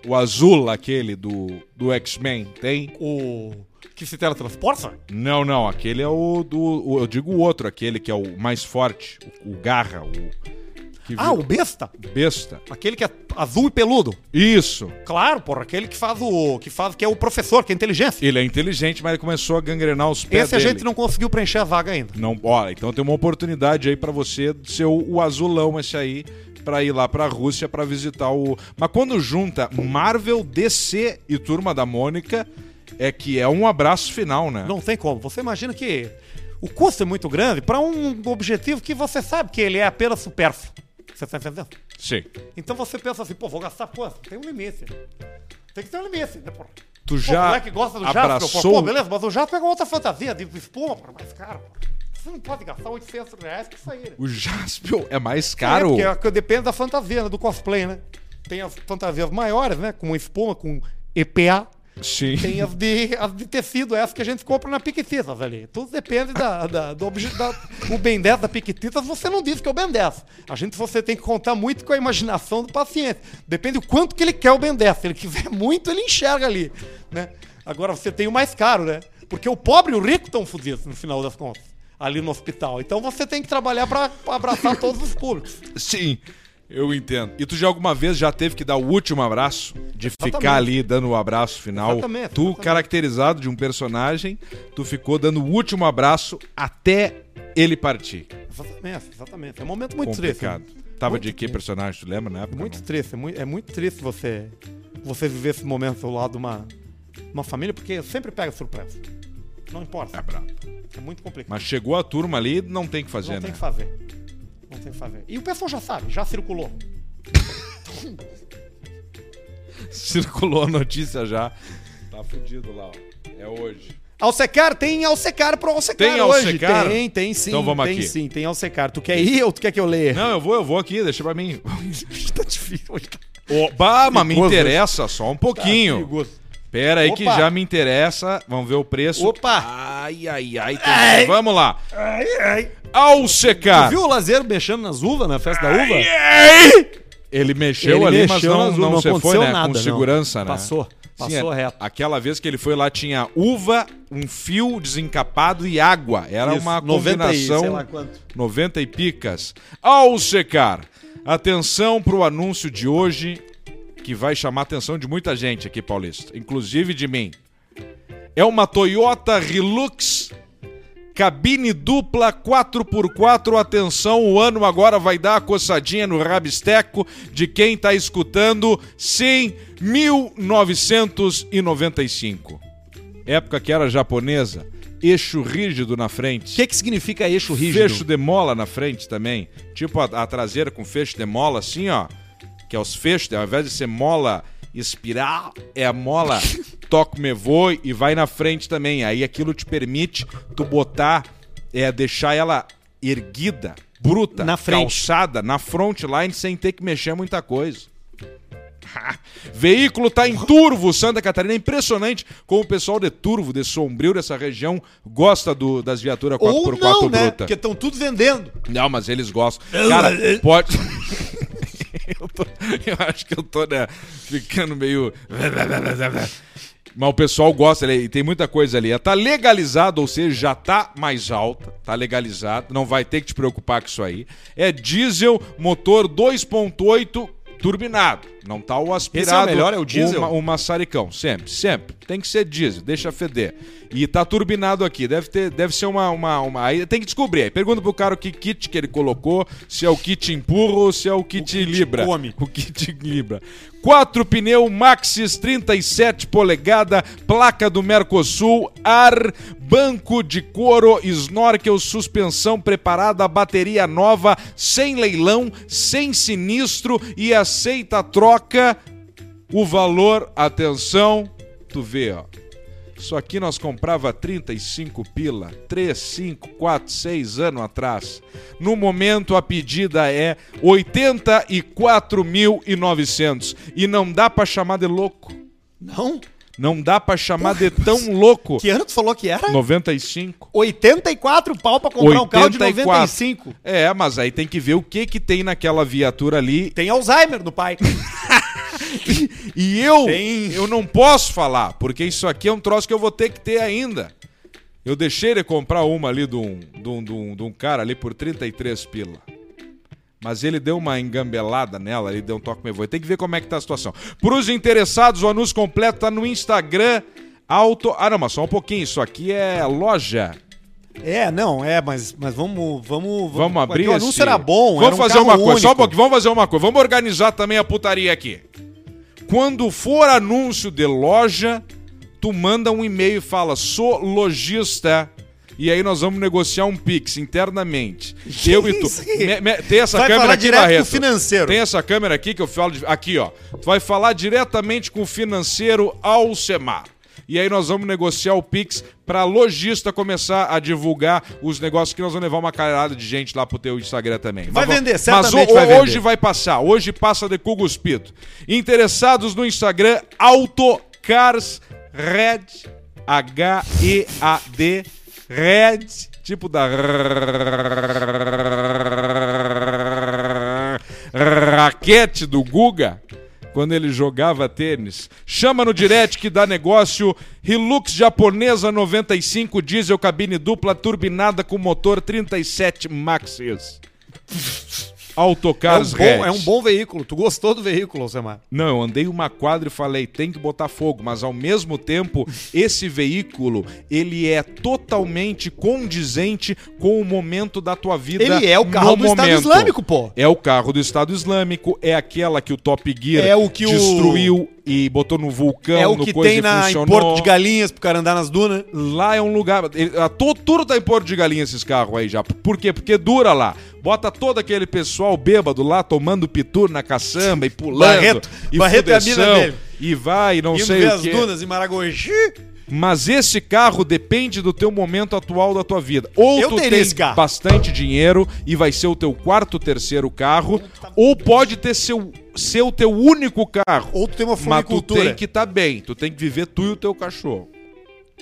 S2: O azul, aquele do, do X-Men, tem?
S1: O. Que se teletransporta?
S2: Não, não, aquele é o do. o- eu digo o outro, aquele que é o mais forte, o, o Garra, o. Que
S1: Ah, o
S2: virou
S1: besta.
S2: besta.
S1: Aquele que é azul e peludo.
S2: Isso!
S1: Claro, porra, aquele que faz o. que faz, que é o professor, que é inteligência.
S2: Ele é inteligente, mas ele começou a gangrenar os pés.
S1: Esse a
S2: dele.
S1: gente não conseguiu preencher a vaga ainda.
S2: Não, ó, então tem uma oportunidade aí pra você ser o, o azulão esse aí pra ir lá pra Rússia pra visitar o. Mas quando junta Marvel, DC e Turma da Mônica, é que é um abraço final, né?
S1: Não tem como. Você imagina que o custo é muito grande pra um objetivo que você sabe que ele é apenas supérfluo. Você tá entendendo?
S2: Sim.
S1: Então você pensa assim, pô, vou gastar quanto? Tem um limite. Tem que ter um limite, né, porra?
S2: Tu
S1: Pô,
S2: já
S1: como é que gosta do Jasper?
S2: abraçou
S1: Pô, beleza, mas o Jasper pegou outra fantasia de espuma, porra, mais caro. porra. Você não pode gastar 800 reais com isso aí, né?
S2: o Jaspion é mais caro.
S1: É, porque é- depende da fantasia, né, do cosplay, né? Tem as fantasias maiores, né? Com espuma, com EPA.
S2: Sim.
S1: Tem as de, as de tecido, essas que a gente compra na Piquetitas ali. Tudo depende da, da- do obje- da- O Ben 10 da Piquetitas, você não diz que é o Ben 10. A gente, você tem que contar muito com a imaginação do paciente. Depende do quanto que ele quer o Ben 10. Se ele quiser [LAUGHS] muito, ele enxerga ali, né? Agora, você tem o mais caro, né? Porque o pobre e o rico estão fodidos, no final das contas, ali no hospital. Então, você tem que trabalhar para abraçar todos os públicos.
S2: Sim. Eu entendo. E tu já alguma vez já teve que dar o último abraço? De ficar ali dando o abraço final.
S1: Exatamente,
S2: tu,
S1: exatamente.
S2: caracterizado de um personagem, tu ficou dando o último abraço até ele partir.
S1: Exatamente, exatamente. É um momento muito
S2: complicado.
S1: triste.
S2: Tava
S1: Muito
S2: de que personagem, tu lembra na época?
S1: Muito
S2: não?
S1: triste, é muito, é muito triste você, você viver esse momento ao lado de uma, uma família, porque sempre pega surpresa. Não importa.
S2: É brabo.
S1: É muito complicado.
S2: Mas chegou a turma ali, não tem o que fazer,
S1: Não tem
S2: né?
S1: o que fazer. Não tem o que fazer. E o pessoal já sabe, já circulou.
S2: [LAUGHS] Circulou a notícia já. Tá fudido lá, ó. É hoje.
S1: Alsecar, tem Alsecar pro Alsecar
S2: Tem
S1: hoje.
S2: Alsecar?
S1: Tem, tem sim.
S2: Então vamos
S1: tem
S2: aqui.
S1: sim, tem Alsecar. Tu quer ir ou tu quer que eu leia?
S2: Não, eu vou, eu vou aqui, deixa pra mim. [LAUGHS]
S1: Hoje [LAUGHS] tá difícil. Hoje tá
S2: Ô, bah, mas me
S1: Perigoso,
S2: interessa só um pouquinho.
S1: perigoso.
S2: Pera aí que
S1: Opa.
S2: já me interessa. Vamos ver o preço.
S1: Opa!
S2: Ai, ai, ai. tem- Vamos lá.
S1: Ai, ai.
S2: Ao secar.
S1: Viu o Lazer mexendo nas uvas na festa da uva?
S2: Ele mexeu
S1: Ele
S2: ali, mas
S1: mexeu
S2: não,
S1: nas
S2: não,
S1: uvas,
S2: se
S1: não
S2: foi, né?
S1: aconteceu nada,
S2: Com
S1: não.
S2: segurança, né?
S1: Passou, passou reto.
S2: Aquela vez que ele foi lá tinha uva, um fio desencapado e água. Era
S1: Isso,
S2: uma
S1: 90 e sei
S2: combinação.
S1: lá quanto.
S2: 90 e picas. Ao secar, atenção pro anúncio de hoje que vai chamar a atenção de muita gente aqui, Paulista, inclusive de mim. É uma Toyota Hilux Cabine dupla 4x4, atenção, o ano agora vai dar a coçadinha no rabisteco de quem tá escutando. Sim, 1995. Época que era japonesa, eixo rígido na frente.
S1: O que, que significa eixo rígido?
S2: Fecho de mola na frente também. Tipo a, a traseira com fecho de mola, assim, ó. Que é os fechos, ao invés de ser mola espiral, é
S1: [LAUGHS]
S2: a mola toco me vou e vai na frente também. Aí aquilo te permite tu botar, é, deixar ela erguida, bruta,
S1: Na frente.
S2: calçada, na frontline, sem ter que mexer muita coisa. [LAUGHS] Veículo tá em Turvo, Santa Catarina. É impressionante como o pessoal de Turvo, de Sombrio, dessa região, gosta do, das viaturas 4x4
S1: Ou não, né?
S2: bruta.
S1: Porque estão tudo vendendo.
S2: Não, mas eles gostam. Cara, pode. [LAUGHS] eu, tô- eu acho que eu tô né, ficando meio. Mas o pessoal gosta ali, e tem muita coisa ali. Tá legalizado, ou seja, já tá mais alta, tá legalizado, não vai ter que te preocupar com isso aí. É diesel, motor 2.8 turbinado. Não tá o aspirado.
S1: melhor, é o
S2: uma-
S1: diesel?
S2: o maçaricão, sempre, sempre. Tem que ser diesel, deixa feder. E tá turbinado aqui, deve ter, deve ser uma, uma, uma- Aí tem que descobrir. Aí pergunta pro cara o que kit que ele colocou, se é o kit empurro ou se é o kit libra.
S1: come.
S2: O kit libra. Quatro pneu Maxis 37 polegada, placa do Mercosul, ar, banco de couro, snorkel, suspensão preparada, bateria nova, sem leilão, sem sinistro e aceita troca. O valor, atenção, tu vê, ó. Isso aqui nós comprava 35 pila, 3, 5, 4, 6 anos atrás. No momento a pedida é 84.900 e não dá pra chamar de louco.
S1: Não?
S2: Não dá pra chamar de tão louco.
S1: Que ano tu falou que era?
S2: 95.
S1: 84 pau pra comprar um carro de
S2: 84.
S1: 95.
S2: É, mas aí tem que ver o que que tem naquela viatura ali
S1: Tem Alzheimer no pai.
S2: E eu,
S1: Tem-
S2: eu não posso falar, porque isso aqui é um troço que eu vou ter que ter ainda. Eu deixei ele comprar uma ali de um, de um, de um, de um cara ali por 33 pila. Mas ele deu uma engambelada nela, ele deu um toque me voe. Tem que ver como é que tá a situação. Pros interessados, o anúncio completo tá no Instagram. Auto... Ah, não, mas só um pouquinho. Isso aqui é loja.
S1: [LAUGHS] é, não, é, mas, mas vamos, vamos,
S2: Vamos abrir
S1: O
S2: esse...
S1: anúncio era bom,
S2: Vamos
S1: era um
S2: fazer
S1: carro
S2: uma coisa, só um
S1: único.
S2: pouquinho. Vamos fazer uma coisa. Vamos organizar também a putaria aqui. Quando for anúncio de loja, tu manda um e-mail e fala, sou lojista. E aí nós vamos negociar um Pix internamente. Eu e tu.
S1: Gente.
S2: Me- me- tem essa
S1: Vai
S2: câmera
S1: falar
S2: aqui,
S1: direto com o
S2: Barreto.
S1: financeiro.
S2: Tem essa câmera aqui que eu falo. de- Aqui, ó. Tu vai falar diretamente com o financeiro Alcemar. E aí nós vamos negociar o Pix pra lojista começar a divulgar os negócios que nós vamos levar uma caralhada de gente lá pro teu Instagram também.
S1: Vai
S2: Mas vamos-
S1: vender,
S2: Mas
S1: certamente
S2: ho-
S1: vai vender.
S2: hoje vai passar. Hoje passa de cu cuspido. Interessados no Instagram, AutoCars Red, H-E-A-D, Red, tipo da... Raquete do Guga, quando ele jogava tênis. Chama no direct que dá negócio. Hilux japonesa 95, diesel cabine dupla, turbinada com motor 37 Maxis.
S1: é um,
S2: Autocars
S1: bom,
S2: Red.
S1: é um bom veículo. Tu gostou do veículo, Alcemar?
S2: Não, eu andei uma quadra e falei, tem que botar fogo, mas ao
S1: [LAUGHS]
S2: mesmo tempo, esse veículo, ele é totalmente condizente com o momento da tua vida.
S1: Ele é o carro
S2: no
S1: do Estado
S2: momento.
S1: Islâmico, pô.
S2: É o carro do Estado Islâmico, é aquela que o Top Gear
S1: É o que o-
S2: destruiu e botou no vulcão,
S1: é o
S2: no
S1: que
S2: coisa
S1: tem
S2: e
S1: na, em
S2: funcionou.
S1: Porto de Galinhas pro cara andar nas dunas.
S2: Lá é um lugar. ele- A, to- tudo tá em Porto de Galinha esses carros aí já. Por quê? Porque dura lá. Bota todo aquele pessoal bêbado lá tomando pitur na caçamba e pulando.
S1: Barreto.
S2: e
S1: Barreto é a mina
S2: fudeção,
S1: dele.
S2: E vai, não
S1: Indo
S2: sei
S1: ver
S2: o
S1: as
S2: quê.
S1: dunas em Maragogi.
S2: Mas esse carro depende do teu momento atual da tua vida. Ou
S1: Eu
S2: tu
S1: teria
S2: tem
S1: esse carro.
S2: bastante dinheiro e vai ser o teu quarto, terceiro carro, ou pode ter seu ser o teu único carro.
S1: Ou tu tem uma
S2: Mas tu
S1: floricultura.
S2: tem que estar bem, tu tem que viver tu e o teu cachorro.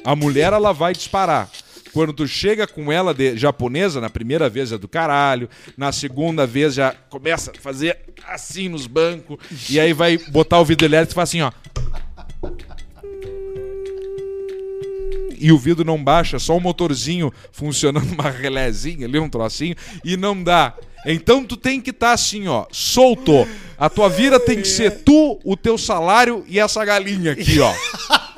S2: A mulher, ela vai disparar. Quando tu chega com ela de japonesa, na primeira vez é do caralho, na segunda vez já começa a fazer assim nos bancos, e aí vai botar o vidro elétrico e faz assim, ó. E o vidro não baixa, só um motorzinho funcionando, [LAUGHS] uma relézinha ali, um trocinho, e não dá. Então tu tem que estar assim, ó, solto. A tua vida tem que ser tu, o teu salário e essa galinha aqui, ó.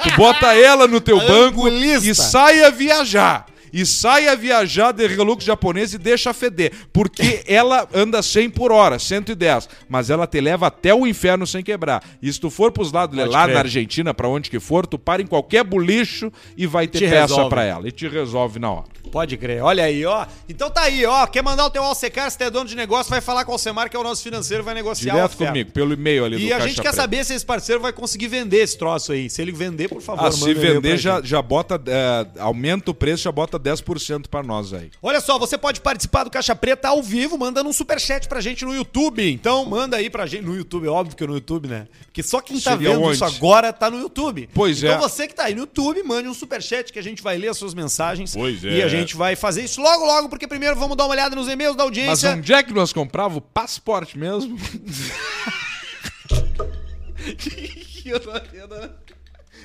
S2: Tu bota ela no teu banco
S1: Angulista.
S2: e saia viajar. e saia viajar de relux japonês e deixa feder.
S1: [LAUGHS]
S2: Porque ela anda 100 por hora, 110. Mas ela te leva até o inferno sem quebrar. E se tu for pros lados, lá
S4: crer.
S2: na Argentina, pra onde que for, tu para em qualquer bolicho e vai ter
S4: Te
S2: peça
S4: resolve.
S2: pra ela. E te resolve na hora.
S1: Pode crer, olha aí, ó. Então tá aí, ó. Quer mandar o teu Alcecar, se tu é dono de negócio, vai falar com o Alcemar, que é o nosso financeiro, vai negociar a
S2: Direto
S1: oferta.
S2: comigo, pelo e-mail ali do
S1: E a
S2: Caixa
S1: gente quer
S2: Preta.
S1: saber se esse parceiro vai conseguir vender esse troço aí. Se ele vender, por favor,
S2: Ah, se
S1: manda um e-mail pra
S2: vender, já,
S1: gente.
S2: já bota. é, aumenta o preço, já bota 10% pra nós aí.
S1: Olha só, você pode participar do Caixa Preta ao vivo, mandando um superchat pra gente no YouTube. Então manda aí pra gente. No YouTube, é óbvio que é no YouTube, né? Porque só quem tá
S2: Seria
S1: vendo
S2: onde?
S1: isso agora tá no YouTube.
S2: Pois
S1: então
S2: é.
S1: Então você que tá aí no YouTube, mande um superchat que a gente vai ler as suas mensagens.
S4: Pois é.
S1: E a gente vai fazer isso logo, logo, porque primeiro vamos dar uma olhada nos e-mails da [LAUGHS]
S2: Mas
S1: audiência.
S2: onde é que nós comprava o passaporte mesmo?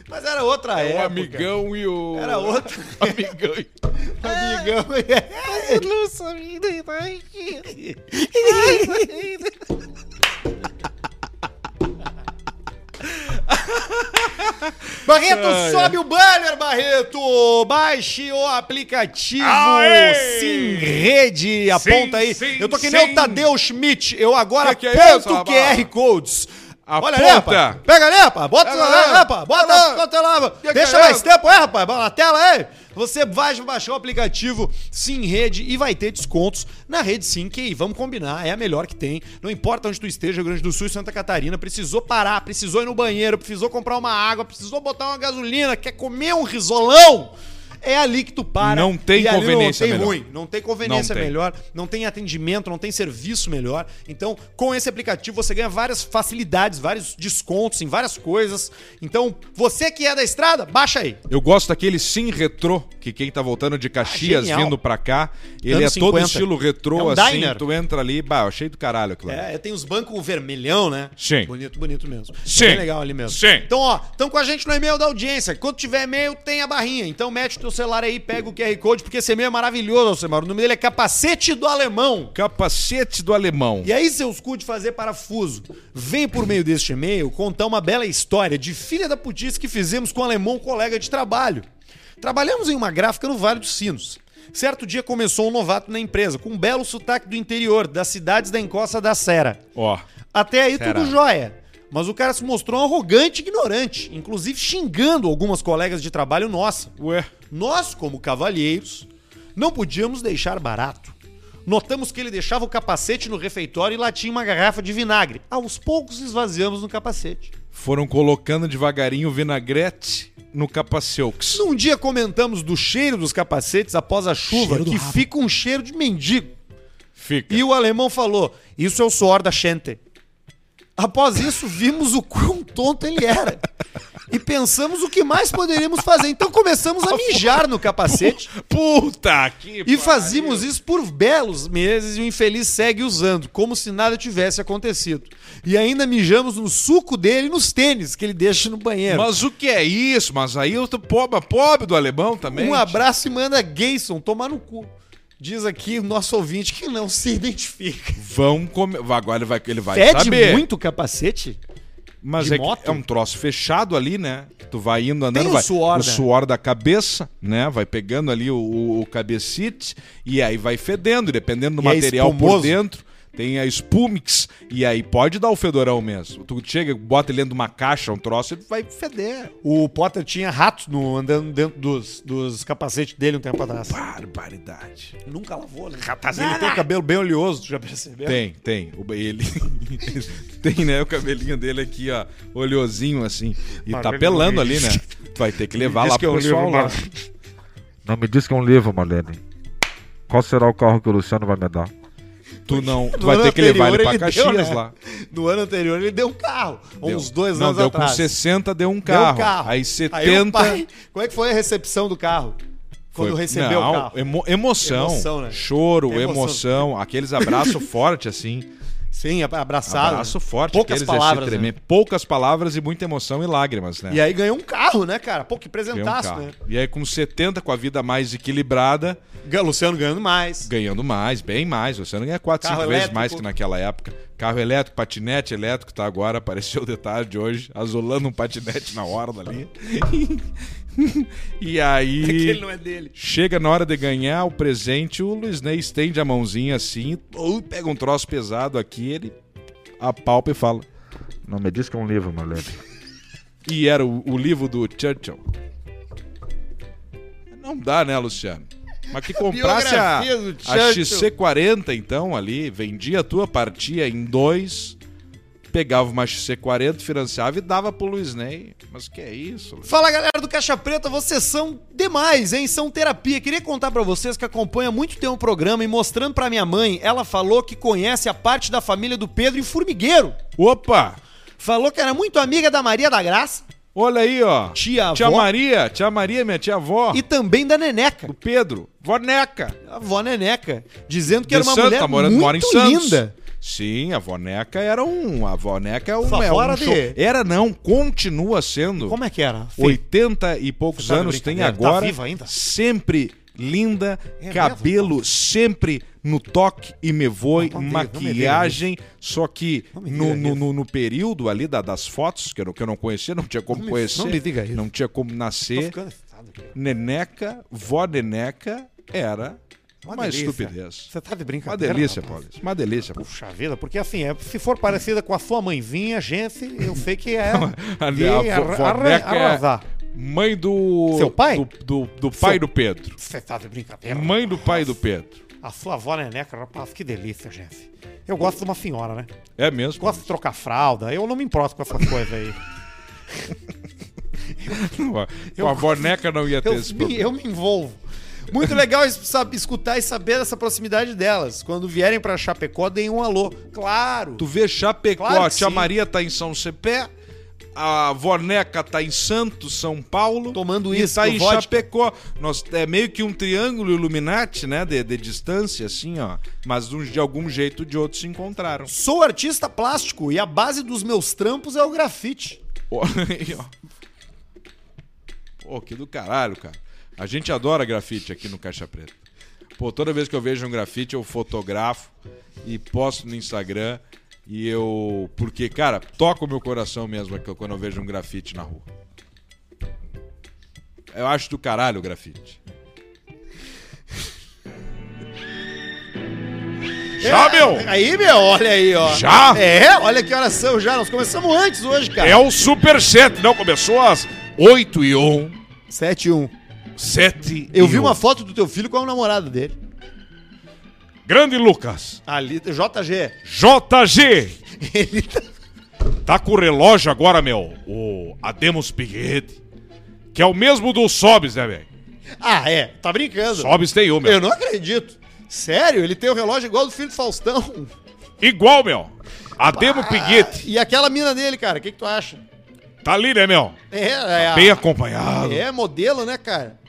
S1: Mas era outra
S2: o
S1: época.
S2: É um amigão e o.
S1: Era outra.
S2: [LAUGHS] Amigão e.
S1: Tá amigão. [LAUGHS] Barreto, sobe o banner, Barreto! Baixe o aplicativo
S4: Aê!
S1: Sim Rede, aponta aí.
S4: sim,
S1: eu tô que nem
S4: sim.
S1: o Tadeu Schmidt, eu agora
S2: Que que é isso,
S1: aponto
S2: rapaz?
S1: QR Codes.
S2: Aponta.
S1: Olha, Lepa! Pega, Lepa! Bota
S2: Pega,
S1: lá,
S2: Lepa.
S1: Lepa! Bota, bota lá!
S2: que
S1: Deixa
S2: é,
S1: mais
S2: Lepa?
S1: tempo, é, rapaz? Bota Na tela aí! Você vai baixar o aplicativo Sim Rede e vai ter descontos na rede Sim, que vamos combinar, é a melhor que tem. Não importa onde tu esteja, Rio Grande do Sul e Santa Catarina, precisou parar, precisou ir no banheiro, precisou comprar uma água, precisou botar uma gasolina, quer comer um risolão? É ali que tu para.
S2: Não tem
S1: e ali
S2: conveniência
S1: Não tem
S2: melhor.
S1: ruim, não tem conveniência
S2: Não tem.
S1: melhor melhor, não tem atendimento, não tem serviço melhor. Então, com esse aplicativo você ganha várias facilidades, vários descontos em várias coisas. Então, você que é da estrada, baixa aí.
S2: Eu gosto daquele sim retrô, que quem tá voltando de
S1: Ah,
S2: Caxias
S1: genial.
S2: vindo pra cá, ele
S1: Anos
S2: é todo
S1: 50.
S2: estilo retrô,
S1: É um
S2: assim.
S1: diner.
S2: Tu entra ali, bah, achei do caralho aquilo. ali.
S1: É, tem os bancos vermelhão, né?
S2: Sim.
S1: Bonito, bonito mesmo.
S2: Sim.
S1: É bem legal ali mesmo.
S2: Sim.
S1: Então, ó, estão com a gente no e-mail da audiência. Quando tiver e-mail, tem a barrinha. Então, mete o teu celular aí, pega o QR Code, porque esse e-mail é maravilhoso, Alcemar. O nome dele é Capacete do Alemão.
S2: Capacete do alemão.
S1: E aí, seus cu de fazer parafuso, vem por meio deste e-mail contar uma bela história de filha da putice que fizemos com um alemão colega de trabalho. Trabalhamos em uma gráfica no Vale dos Sinos. Certo dia começou um novato na empresa, com um belo sotaque do interior, das cidades da encosta da Serra.
S2: Ó.
S1: Até aí
S2: Será?
S1: tudo jóia. Mas o cara se mostrou arrogante e ignorante, inclusive xingando algumas colegas de trabalho nossa.
S2: Ué.
S1: Nós, como cavalheiros, não podíamos deixar barato. Notamos que ele deixava o capacete no refeitório e lá tinha uma garrafa de vinagre. Aos poucos esvaziamos no capacete.
S2: Foram colocando devagarinho o vinagrete no capaceux.
S1: Num Um dia comentamos do cheiro dos capacetes após a chuva,
S3: Cheiro do
S1: que
S3: rabo.
S1: fica um cheiro de mendigo.
S2: Fica.
S1: E o alemão falou: Isso é o suor da gente. Após isso, vimos o quão tonto ele era. E pensamos o que mais poderíamos fazer. Então começamos
S3: [LAUGHS]
S1: a mijar no capacete.
S2: Puta que
S1: E fazíamos isso por belos meses e o infeliz segue usando, como se nada tivesse acontecido. E ainda mijamos no suco dele e nos tênis que ele deixa no banheiro.
S2: Mas o que é isso? Mas aí eu tô pobre, pobre do alemão também.
S1: um abraço e manda Gayson tomar no cu. Diz aqui o nosso ouvinte que não se identifica.
S2: Vão comer. Agora ele vai, ele vai
S1: Pede
S2: saber.
S1: muito o capacete?
S2: Mas
S1: de
S2: é, que
S1: moto?
S2: é um troço fechado ali, né? Tu vai indo andando,
S1: Tem o
S2: vai
S1: suor,
S2: o
S1: né?
S2: suor da cabeça, né? Vai pegando ali o, o, o cabecite e aí vai fedendo, dependendo do
S1: E é
S2: material por
S1: espumoso.
S2: dentro. Tem a Spumix, e aí pode dar o fedorão mesmo. Tu chega, bota ele dentro de uma caixa, um troço, ele vai feder.
S1: O Potter tinha ratos no, andando dentro dos, dos capacetes dele um tempo atrás.
S2: Barbaridade.
S1: Nunca lavou, né? Ele tem o cabelo bem oleoso, tu já percebeu?
S2: Tem, tem. O, ele. [LAUGHS] tem, né? O cabelinho dele aqui, ó, oleosinho assim. E tá pelando ali, né? Tu vai ter que levar lá pro pessoal lá.
S6: Não me diz que é um livro, Marlene. Qual será o carro que o Luciano vai me dar?
S2: Tu não. Tu
S1: No
S2: vai
S1: ano
S2: ter que levar ele pra
S1: anterior ele deu,
S2: Caxias
S1: né?
S2: lá.
S1: No ano anterior ele deu um carro,
S2: Deu.
S1: uns dois
S2: não,
S1: anos
S2: deu
S1: atrás.
S2: com 60, deu um
S1: Deu
S2: carro.
S1: um carro.
S2: Aí
S1: o
S2: 70.
S1: pai- como é que foi a recepção do carro? Quando
S2: foi-
S1: recebeu
S2: não,
S1: o carro.
S2: emo- emoção,
S1: Emoção, né?
S2: choro,
S1: Emoção.
S2: emoção,
S1: [LAUGHS]
S2: aqueles abraços fortes assim,
S1: Sim, ab- abraçado.
S2: abraço
S1: né?
S2: forte,
S1: Poucas
S2: aqueles assim,
S1: palavras. né?
S2: tremer. poucas palavras e muita emoção e lágrimas, né?
S1: E aí ganhou um carro, né, cara? Pô, que
S2: Ganhou um
S1: presentaço,
S2: carro.
S1: né?
S2: E aí com 70, com a vida mais equilibrada,
S1: Ga- Luciano ganhando mais.
S2: ganhando mais, bem mais, você não ganha 4,
S1: Carro
S2: 5 vezes
S1: elétrico.
S2: mais que naquela época. Carro elétrico, patinete elétrico, tá agora, apareceu o detalhe de hoje, azulando um patinete na orla ali. [LAUGHS] E aí.
S1: [LAUGHS] Aquele não é dele.
S2: Chega na hora de ganhar o presente, o Luiz Ney estende a mãozinha assim, ou pega um troço pesado aqui, ele apalpa e fala.
S6: Não me diz que é um livro, Malene.
S2: E era o, o livro do Churchill. Não dá, né, Luciano?
S1: [LAUGHS]
S2: Mas que comprasse a, a
S1: biografia do Churchill.
S2: XC40, então, ali, vendia a tua partia em dois, pegava uma XC40, financiava e dava pro Luiz Ney. Mas que é isso, Luiz?
S1: Fala galera do Caixa Preta, vocês são demais, hein? São terapia. Queria contar pra vocês que acompanha há muito tempo o programa e mostrando pra minha mãe, ela falou que conhece a parte da família do Pedro em Formigueiro.
S2: Opa!
S1: Falou que era muito amiga da Maria da Graça,
S2: Olha aí, ó.
S1: Tia-avó.
S2: Tia Maria, tia Maria, minha tia-avó.
S1: e também da Neneca.
S2: Do Pedro. Voneca.
S1: A avó Neneca, dizendo que
S2: de
S1: era uma
S2: Santa,
S1: mulher
S2: tá morando,
S1: muito
S2: mora em Santos.
S1: linda.
S2: Sim, a Voneca era um. A Voneca é um.
S1: Só
S2: é um
S1: fora de-
S2: show- Era não, continua sendo.
S1: Como é que era? Fê?
S2: 80 e poucos
S1: Você tá de
S2: anos tem
S1: brincadeira, tá
S2: agora.
S1: viva ainda? É
S2: Sempre linda,
S1: mesmo? então?
S2: cabelo sempre no toque e me voe,
S1: Não, não me diga, não me diga
S2: maquiagem, só que
S1: Não me
S2: no,
S1: diga
S2: no,
S1: isso.
S2: no, no período ali da- das fotos, que eu, não- que eu não conhecia, não tinha como
S1: Não me-
S2: conhecer,
S1: não me diga isso.
S2: não tinha como
S1: Tô
S2: nascer.
S1: ficando excitado aqui.
S2: Neneca, vó Neneca era uma,
S1: Uma delícia.
S2: estupidez.
S1: Você tá de
S2: Uma
S1: brincadeira.
S2: delícia,
S1: rapaz.
S2: Paulo. Uma delícia. Paulo.
S1: Puxa vida, porque assim, é, se for parecida com a sua mãezinha, gente, eu sei que [LAUGHS] é.
S2: Ali,
S1: de
S2: a
S1: arra-
S2: vo-
S1: arra-
S2: Voneca é
S1: arrasar.
S2: Mãe do.
S1: Seu pai?
S2: Do, do, do pai
S1: Seu-
S2: do Pedro.
S1: Você tá de brincadeira.
S2: Mãe do pai do Pedro.
S1: A sua avó Neneca, rapaz, que delícia, gente. Eu gosto de uma senhora, né?
S2: É mesmo?
S1: Gosto de trocar fralda. Eu não me importo com essas coisas aí.
S2: Com a boneca não ia ter
S1: Eu,
S2: esse
S1: me,
S2: problema.
S1: eu me envolvo. Muito legal es- sab- escutar e saber dessa proximidade delas. Quando vierem pra Chapecó, deem um alô. Claro.
S2: Tu vê Chapecó,
S1: Claro
S2: a
S1: que
S2: tia
S1: sim.
S2: Maria tá em São Cepé, a Voneca tá em Santos, São Paulo.
S1: Tomando
S2: e
S1: isso,
S2: tá em
S1: vodka.
S2: Chapecó. Nós, é meio que um triângulo Illuminati, né? De, de distância, assim, ó. Mas de um- de algum jeito ou de outro se encontraram.
S1: Sou artista plástico e a base dos meus trampos é o grafite.
S2: Olha aí, ó. [LAUGHS] Pô, que do caralho, cara. A gente adora grafite aqui no Caixa Preta. Pô, toda vez que eu vejo um grafite, eu fotografo e posto no Instagram. E eu. Porque, cara, toca o meu coração mesmo aqui quando eu vejo um grafite na rua. Eu acho do caralho o grafite. Já, meu!
S1: Aí, meu, olha aí, ó.
S2: Já?
S1: É, olha que horas são já. Nós começamos antes hoje, cara.
S2: É o Super 7, não? Começou às 8 e 1.
S1: 7 1.
S2: 7
S1: Eu
S2: e
S1: vi
S2: um.
S1: uma foto do teu filho com a namorada dele.
S2: Grande Lucas,
S1: Ali, JG.
S2: JG,
S1: Ele tá...
S2: tá com o relógio agora, meu, o Ademos Piguete, que é o mesmo do Sobis, né, velho?
S1: Ah, é. Tá brincando.
S2: Sobis tem um, meu.
S1: Eu não acredito. Sério? Ele tem o relógio igual do filho do Faustão.
S2: Igual, meu. Ademo
S1: Ah,
S2: Piguete,
S1: E aquela mina dele, cara, o que, que tu acha?
S2: tá ali, né, meu?
S1: É, é, a-
S2: Bem acompanhado.
S1: é modelo, né, cara?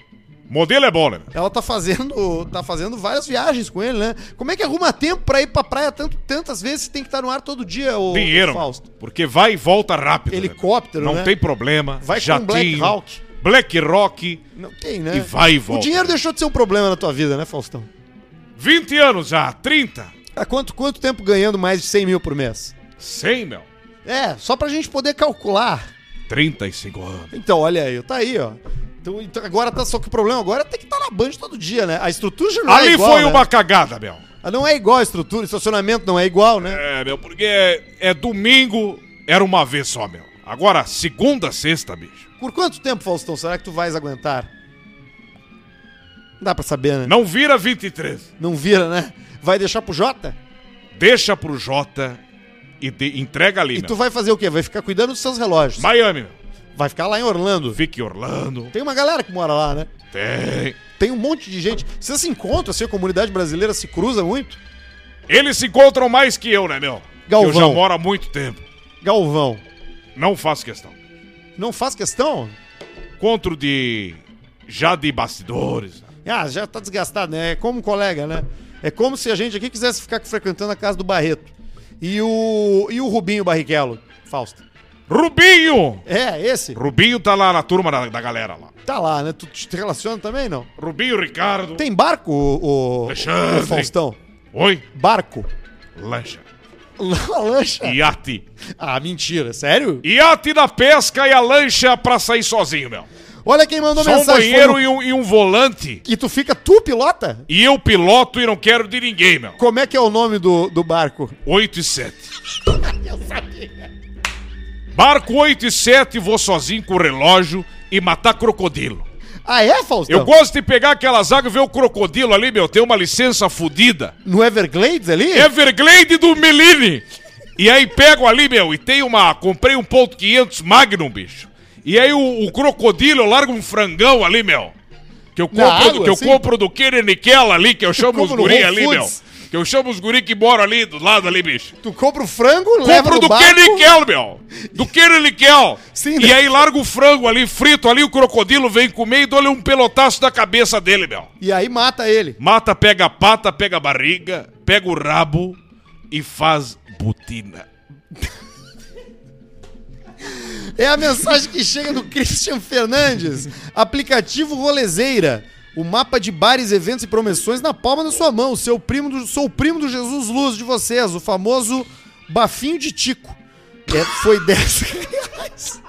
S2: Modelo é bom, né, meu?
S1: Ela tá fazendo, tá fazendo várias viagens com ele, né? Como é que arruma tempo pra ir pra praia tanto, tantas vezes se tem que estar no ar todo dia, o
S2: Dinheiro,
S1: Fausto?
S2: meu, porque vai e volta rápido.
S1: Helicóptero,
S2: né, meu?
S1: né?
S2: Não tem problema.
S1: Vai com
S2: jatinho,
S1: Black Hawk.
S2: Black Rock,
S1: Não tem, né?
S2: E vai e volta.
S1: O dinheiro deixou de ser um problema na tua vida, né, Faustão?
S2: 20 anos já, 30,
S1: Há quanto, quanto tempo ganhando mais de 100 mil por mês?
S2: 100, meu,
S1: É, só pra gente poder calcular.
S2: 35 anos.
S1: Então, olha aí, tá aí, ó. Então, então agora tá só que o problema agora é ter que estar na Band todo dia, né? A estrutura já não
S2: Ali
S1: é igual,
S2: foi
S1: né?
S2: uma cagada, meu.
S1: Ah, Não é igual a estrutura, estacionamento não é igual, né?
S2: É, meu, porque é, é domingo, era uma vez só, meu. Agora, segunda, sexta, bicho.
S1: Por quanto tempo, Faustão, será que tu vais aguentar? Não dá pra saber, né?
S2: Não vira 23.
S1: Não vira, né? Vai deixar pro Jota?
S2: Deixa pro Jota e de- entrega ali,
S1: E
S2: meu.
S1: tu vai fazer o quê? Vai ficar cuidando dos seus relógios.
S2: Miami, meu.
S1: Vai ficar lá em Orlando.
S2: Fique em Orlando.
S1: Tem uma galera que mora lá, né?
S2: Tem.
S1: Tem um monte de gente. Vocês se encontram, assim, a comunidade brasileira se cruza muito?
S2: Eles se encontram mais que eu, né, meu?
S1: Galvão.
S2: Eu já moro há muito tempo.
S1: Galvão,
S2: Não faço questão.
S1: não faz questão?
S2: Encontro de... Já de bastidores. né?
S1: Ah, já tá desgastado, né? É como um colega, né? É como se a gente aqui quisesse ficar frequentando a casa do Barreto. E o, e o Rubinho Barrichello, Fausto.
S2: Rubinho!
S1: É, esse?
S2: Rubinho tá lá na turma da, da galera lá.
S1: Tá lá, né? Tu te relaciona também, não?
S2: Rubinho, Ricardo.
S1: Tem barco, o, o,
S2: Alexandre.
S1: o Faustão?
S2: Oi?
S1: Barco. [LAUGHS]
S2: Lancha.
S1: Lá, lancha.
S2: Iate.
S1: Ah, mentira. Sério?
S2: Iate na pesca e a lancha pra sair sozinho, meu.
S1: Olha quem mandou
S2: Só um
S1: mensagem.
S2: banheiro
S1: foi no-
S2: e, um, e um volante.
S1: E tu fica, tu pilota?
S2: E eu piloto e não quero de ninguém, meu.
S1: Como é que é o nome do, do barco?
S2: 8 e 7. Barco 8 e 7, vou sozinho com o relógio e matar crocodilo.
S1: Ah, é, Faustão?
S2: Eu gosto de pegar aquelas águas e ver o crocodilo ali, meu. Tem uma licença fodida.
S1: No Everglades ali?
S2: Everglade do Melini. E aí pego ali, meu, e tem uma. Comprei um ponto 500 Magnum, bicho. E aí o, o crocodilo, eu largo um frangão ali, meu. Que eu
S1: Na
S2: compro,
S1: água,
S2: que eu
S1: assim?
S2: compro do Kereniquela ali, que eu chamo os
S1: Como no
S2: guri
S1: Whole
S2: ali, meu.
S1: Foods?
S2: Que eu chamo os guri que moram ali do lado ali, bicho.
S1: Tu compra o frango, leva
S2: Compro
S1: no
S2: do
S1: barco...
S2: Kereniquel, meu. Do Kereniquel.
S1: Sim,
S2: e
S1: né?
S2: aí largo o frango ali, frito ali, o crocodilo vem comer e dou-lhe um pelotaço da cabeça dele, meu.
S1: E aí mata ele.
S2: Mata, pega a pata, pega a barriga, pega o rabo e faz botina.
S1: É a mensagem que chega do Christian Fernandes. Aplicativo Rolezeira. O mapa de bares, eventos e promoções na palma da sua mão. Seu primo do, sou o primo do Jesus Luz de vocês, o famoso bafinho de Tico. É, foi 10 reais.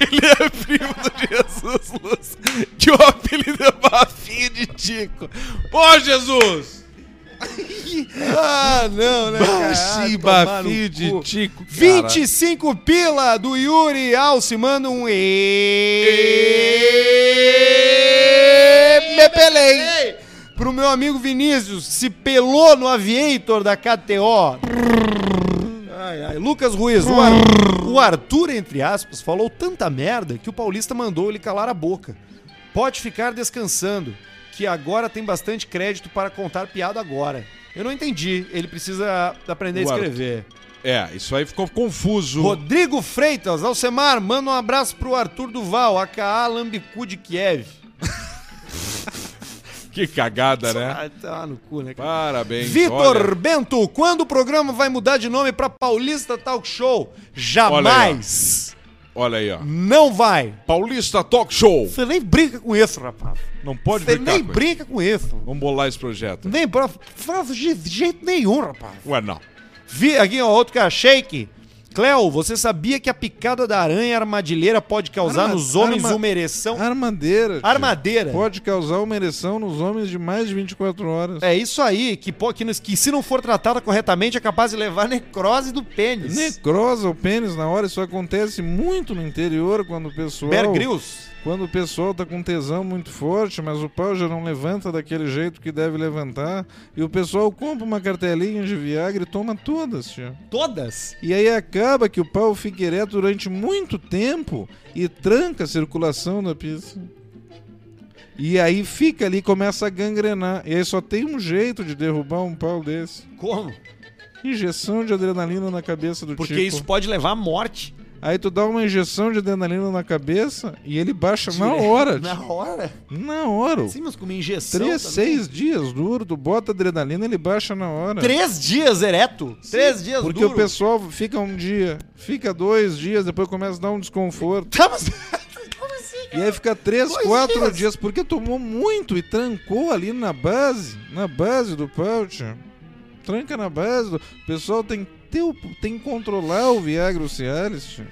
S2: Ele é primo do Jesus Luz, que o apelido é Bafinho de Tico. Pô, Jesus!
S1: [LAUGHS] Ah, não, né? cara?
S2: Baixinho,
S1: Ah, tomar
S2: Bafinho
S1: no
S2: de
S1: cu.
S2: Tico. cara.
S1: 25 pila do Yuri Alce. Manda um e. Me pelei. Pro meu amigo Vinícius, que se pelou no Aviator da KTO. Ai, ai. Lucas Ruiz, o, Ar- o Arthur, entre aspas, falou tanta merda que o Paulista mandou ele calar a boca. Pode ficar descansando, que agora tem bastante crédito para contar piada agora. Eu não entendi, ele precisa aprender a
S2: O Arthur.
S1: escrever.
S2: É, isso aí ficou confuso.
S1: Rodrigo Freitas, Alcemar, manda um abraço pro Arthur Duval, AKA Lambicu de Kiev.
S2: Que cagada, né?
S1: Ah, tá lá no cu, né? cara?
S2: Parabéns, olha.
S1: Vitor [LAUGHS] Bento, quando o programa vai mudar de nome pra Paulista Talk Show? Jamais!
S2: Olha aí, ó.
S1: Não vai!
S2: Paulista Talk Show.
S1: Você nem brinca com isso, rapaz.
S2: Não pode
S1: Você
S2: brincar
S1: nem
S2: com isso.
S1: brinca com isso.
S2: Vamos bolar esse projeto.
S1: Nem pra- faz de jeito nenhum, rapaz.
S2: Ué, não.
S1: Vi aqui, ó, outro que é shake. Cleo, você sabia que a picada da aranha armadilheira pode causar
S2: Arma-
S1: nos homens
S2: arma-
S1: uma ereção?
S2: Armadeira. tio.
S1: Armadeira.
S2: Então, Pode causar uma ereção nos homens de mais de 24 horas.
S1: É isso aí, que, po- que, nos- que se não for tratada corretamente é capaz de levar necrose do pênis.
S2: Necrosa o pênis na hora, isso acontece muito no interior quando o pessoal.
S1: Bear Grylls.
S2: Quando o pessoal tá com tesão muito forte, mas o pau já não levanta daquele jeito que deve levantar. E o pessoal compra uma cartelinha de Viagra e toma todas, tio.
S1: Todas?
S2: E aí acaba que o pau fica ereto durante muito tempo e tranca a circulação da pista. E aí fica ali, começa a gangrenar. E aí só tem um jeito de derrubar um pau desse.
S1: Como?
S2: Injeção de adrenalina na cabeça do
S1: Porque
S2: Tico.
S1: isso pode levar à morte.
S2: Aí tu dá uma injeção de adrenalina na cabeça e ele baixa na
S1: [LAUGHS]
S2: hora.
S1: Na hora?
S2: Na hora.
S1: Sim, mas com uma injeção.
S2: Três,
S1: também.
S2: seis dias duro, tu bota adrenalina ele baixa na hora.
S1: Três dias ereto. Três dias
S2: Porque
S1: duro.
S2: o pessoal fica um dia, fica dois dias, depois começa a dar um desconforto.
S1: [LAUGHS] Tá, mas...
S2: E aí fica três,
S1: Dois
S2: quatro
S1: dias.
S2: dias. porque tomou muito e trancou ali na base, na base do pouch. Tranca na base do... O pessoal tem que, ter o- tem que controlar o Viagra o Cialis, tio.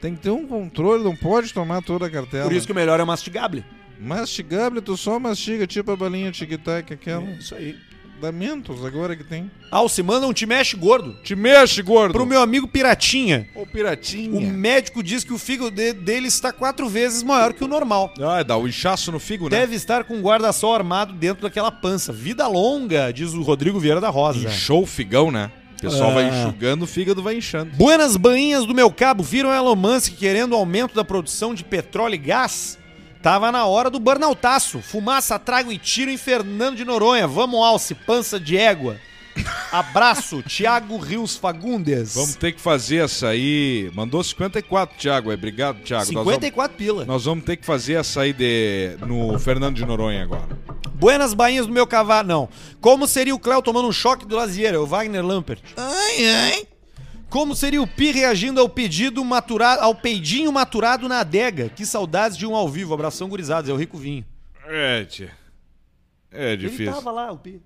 S2: Tem que ter um controle, não pode tomar toda a cartela.
S1: Por isso que o melhor é o mastigable.
S2: Mastigável, tu só mastiga, tipo a balinha tic-tac, aquela.
S1: Isso aí.
S2: Da Mentos, agora que tem.
S1: Alce, manda um te mexe gordo.
S2: Te mexe, gordo!
S1: Pro meu amigo Piratinha.
S2: Ô,
S1: O
S2: piratinha.
S1: médico diz que o fígado de- dele está quatro vezes maior que o normal.
S2: Ah, dá o inchaço no figo, né?
S1: Deve estar com um guarda-sol armado dentro daquela pança. Vida longa, diz o Rodrigo Vieira da Rosa.
S2: Inchou o figão, né? O pessoal
S1: Ah.
S2: vai enxugando, o fígado vai inchando.
S1: Buenas bainhas do meu cabo, viram Elon Musk querendo aumento da produção de petróleo e gás? Tava na hora do burnoutaço. Fumaça, trago e tiro em Fernando de Noronha. Vamos, Alce, pança de égua. Abraço, [LAUGHS] Thiago Rios Fagundes.
S2: Vamos ter que fazer essa aí. Mandou 54, Thiago. É, obrigado, Thiago. Nós vamos-
S1: 54 pila.
S2: Nós vamos ter que fazer essa aí de... no Fernando de Noronha agora.
S1: Buenas bainhas do meu cavalo, não. Como seria o Cléo tomando um choque do Lazier, o Wagner Lampert? Ai, ai. Como seria o Pi reagindo ao pedido maturado, ao peidinho maturado na adega? Que saudades de um ao vivo. Abração gurizados, é o Rico Vinho.
S2: É, tia. É
S1: Ele
S2: difícil.
S1: tava
S2: Tava...
S1: lá, o Pi.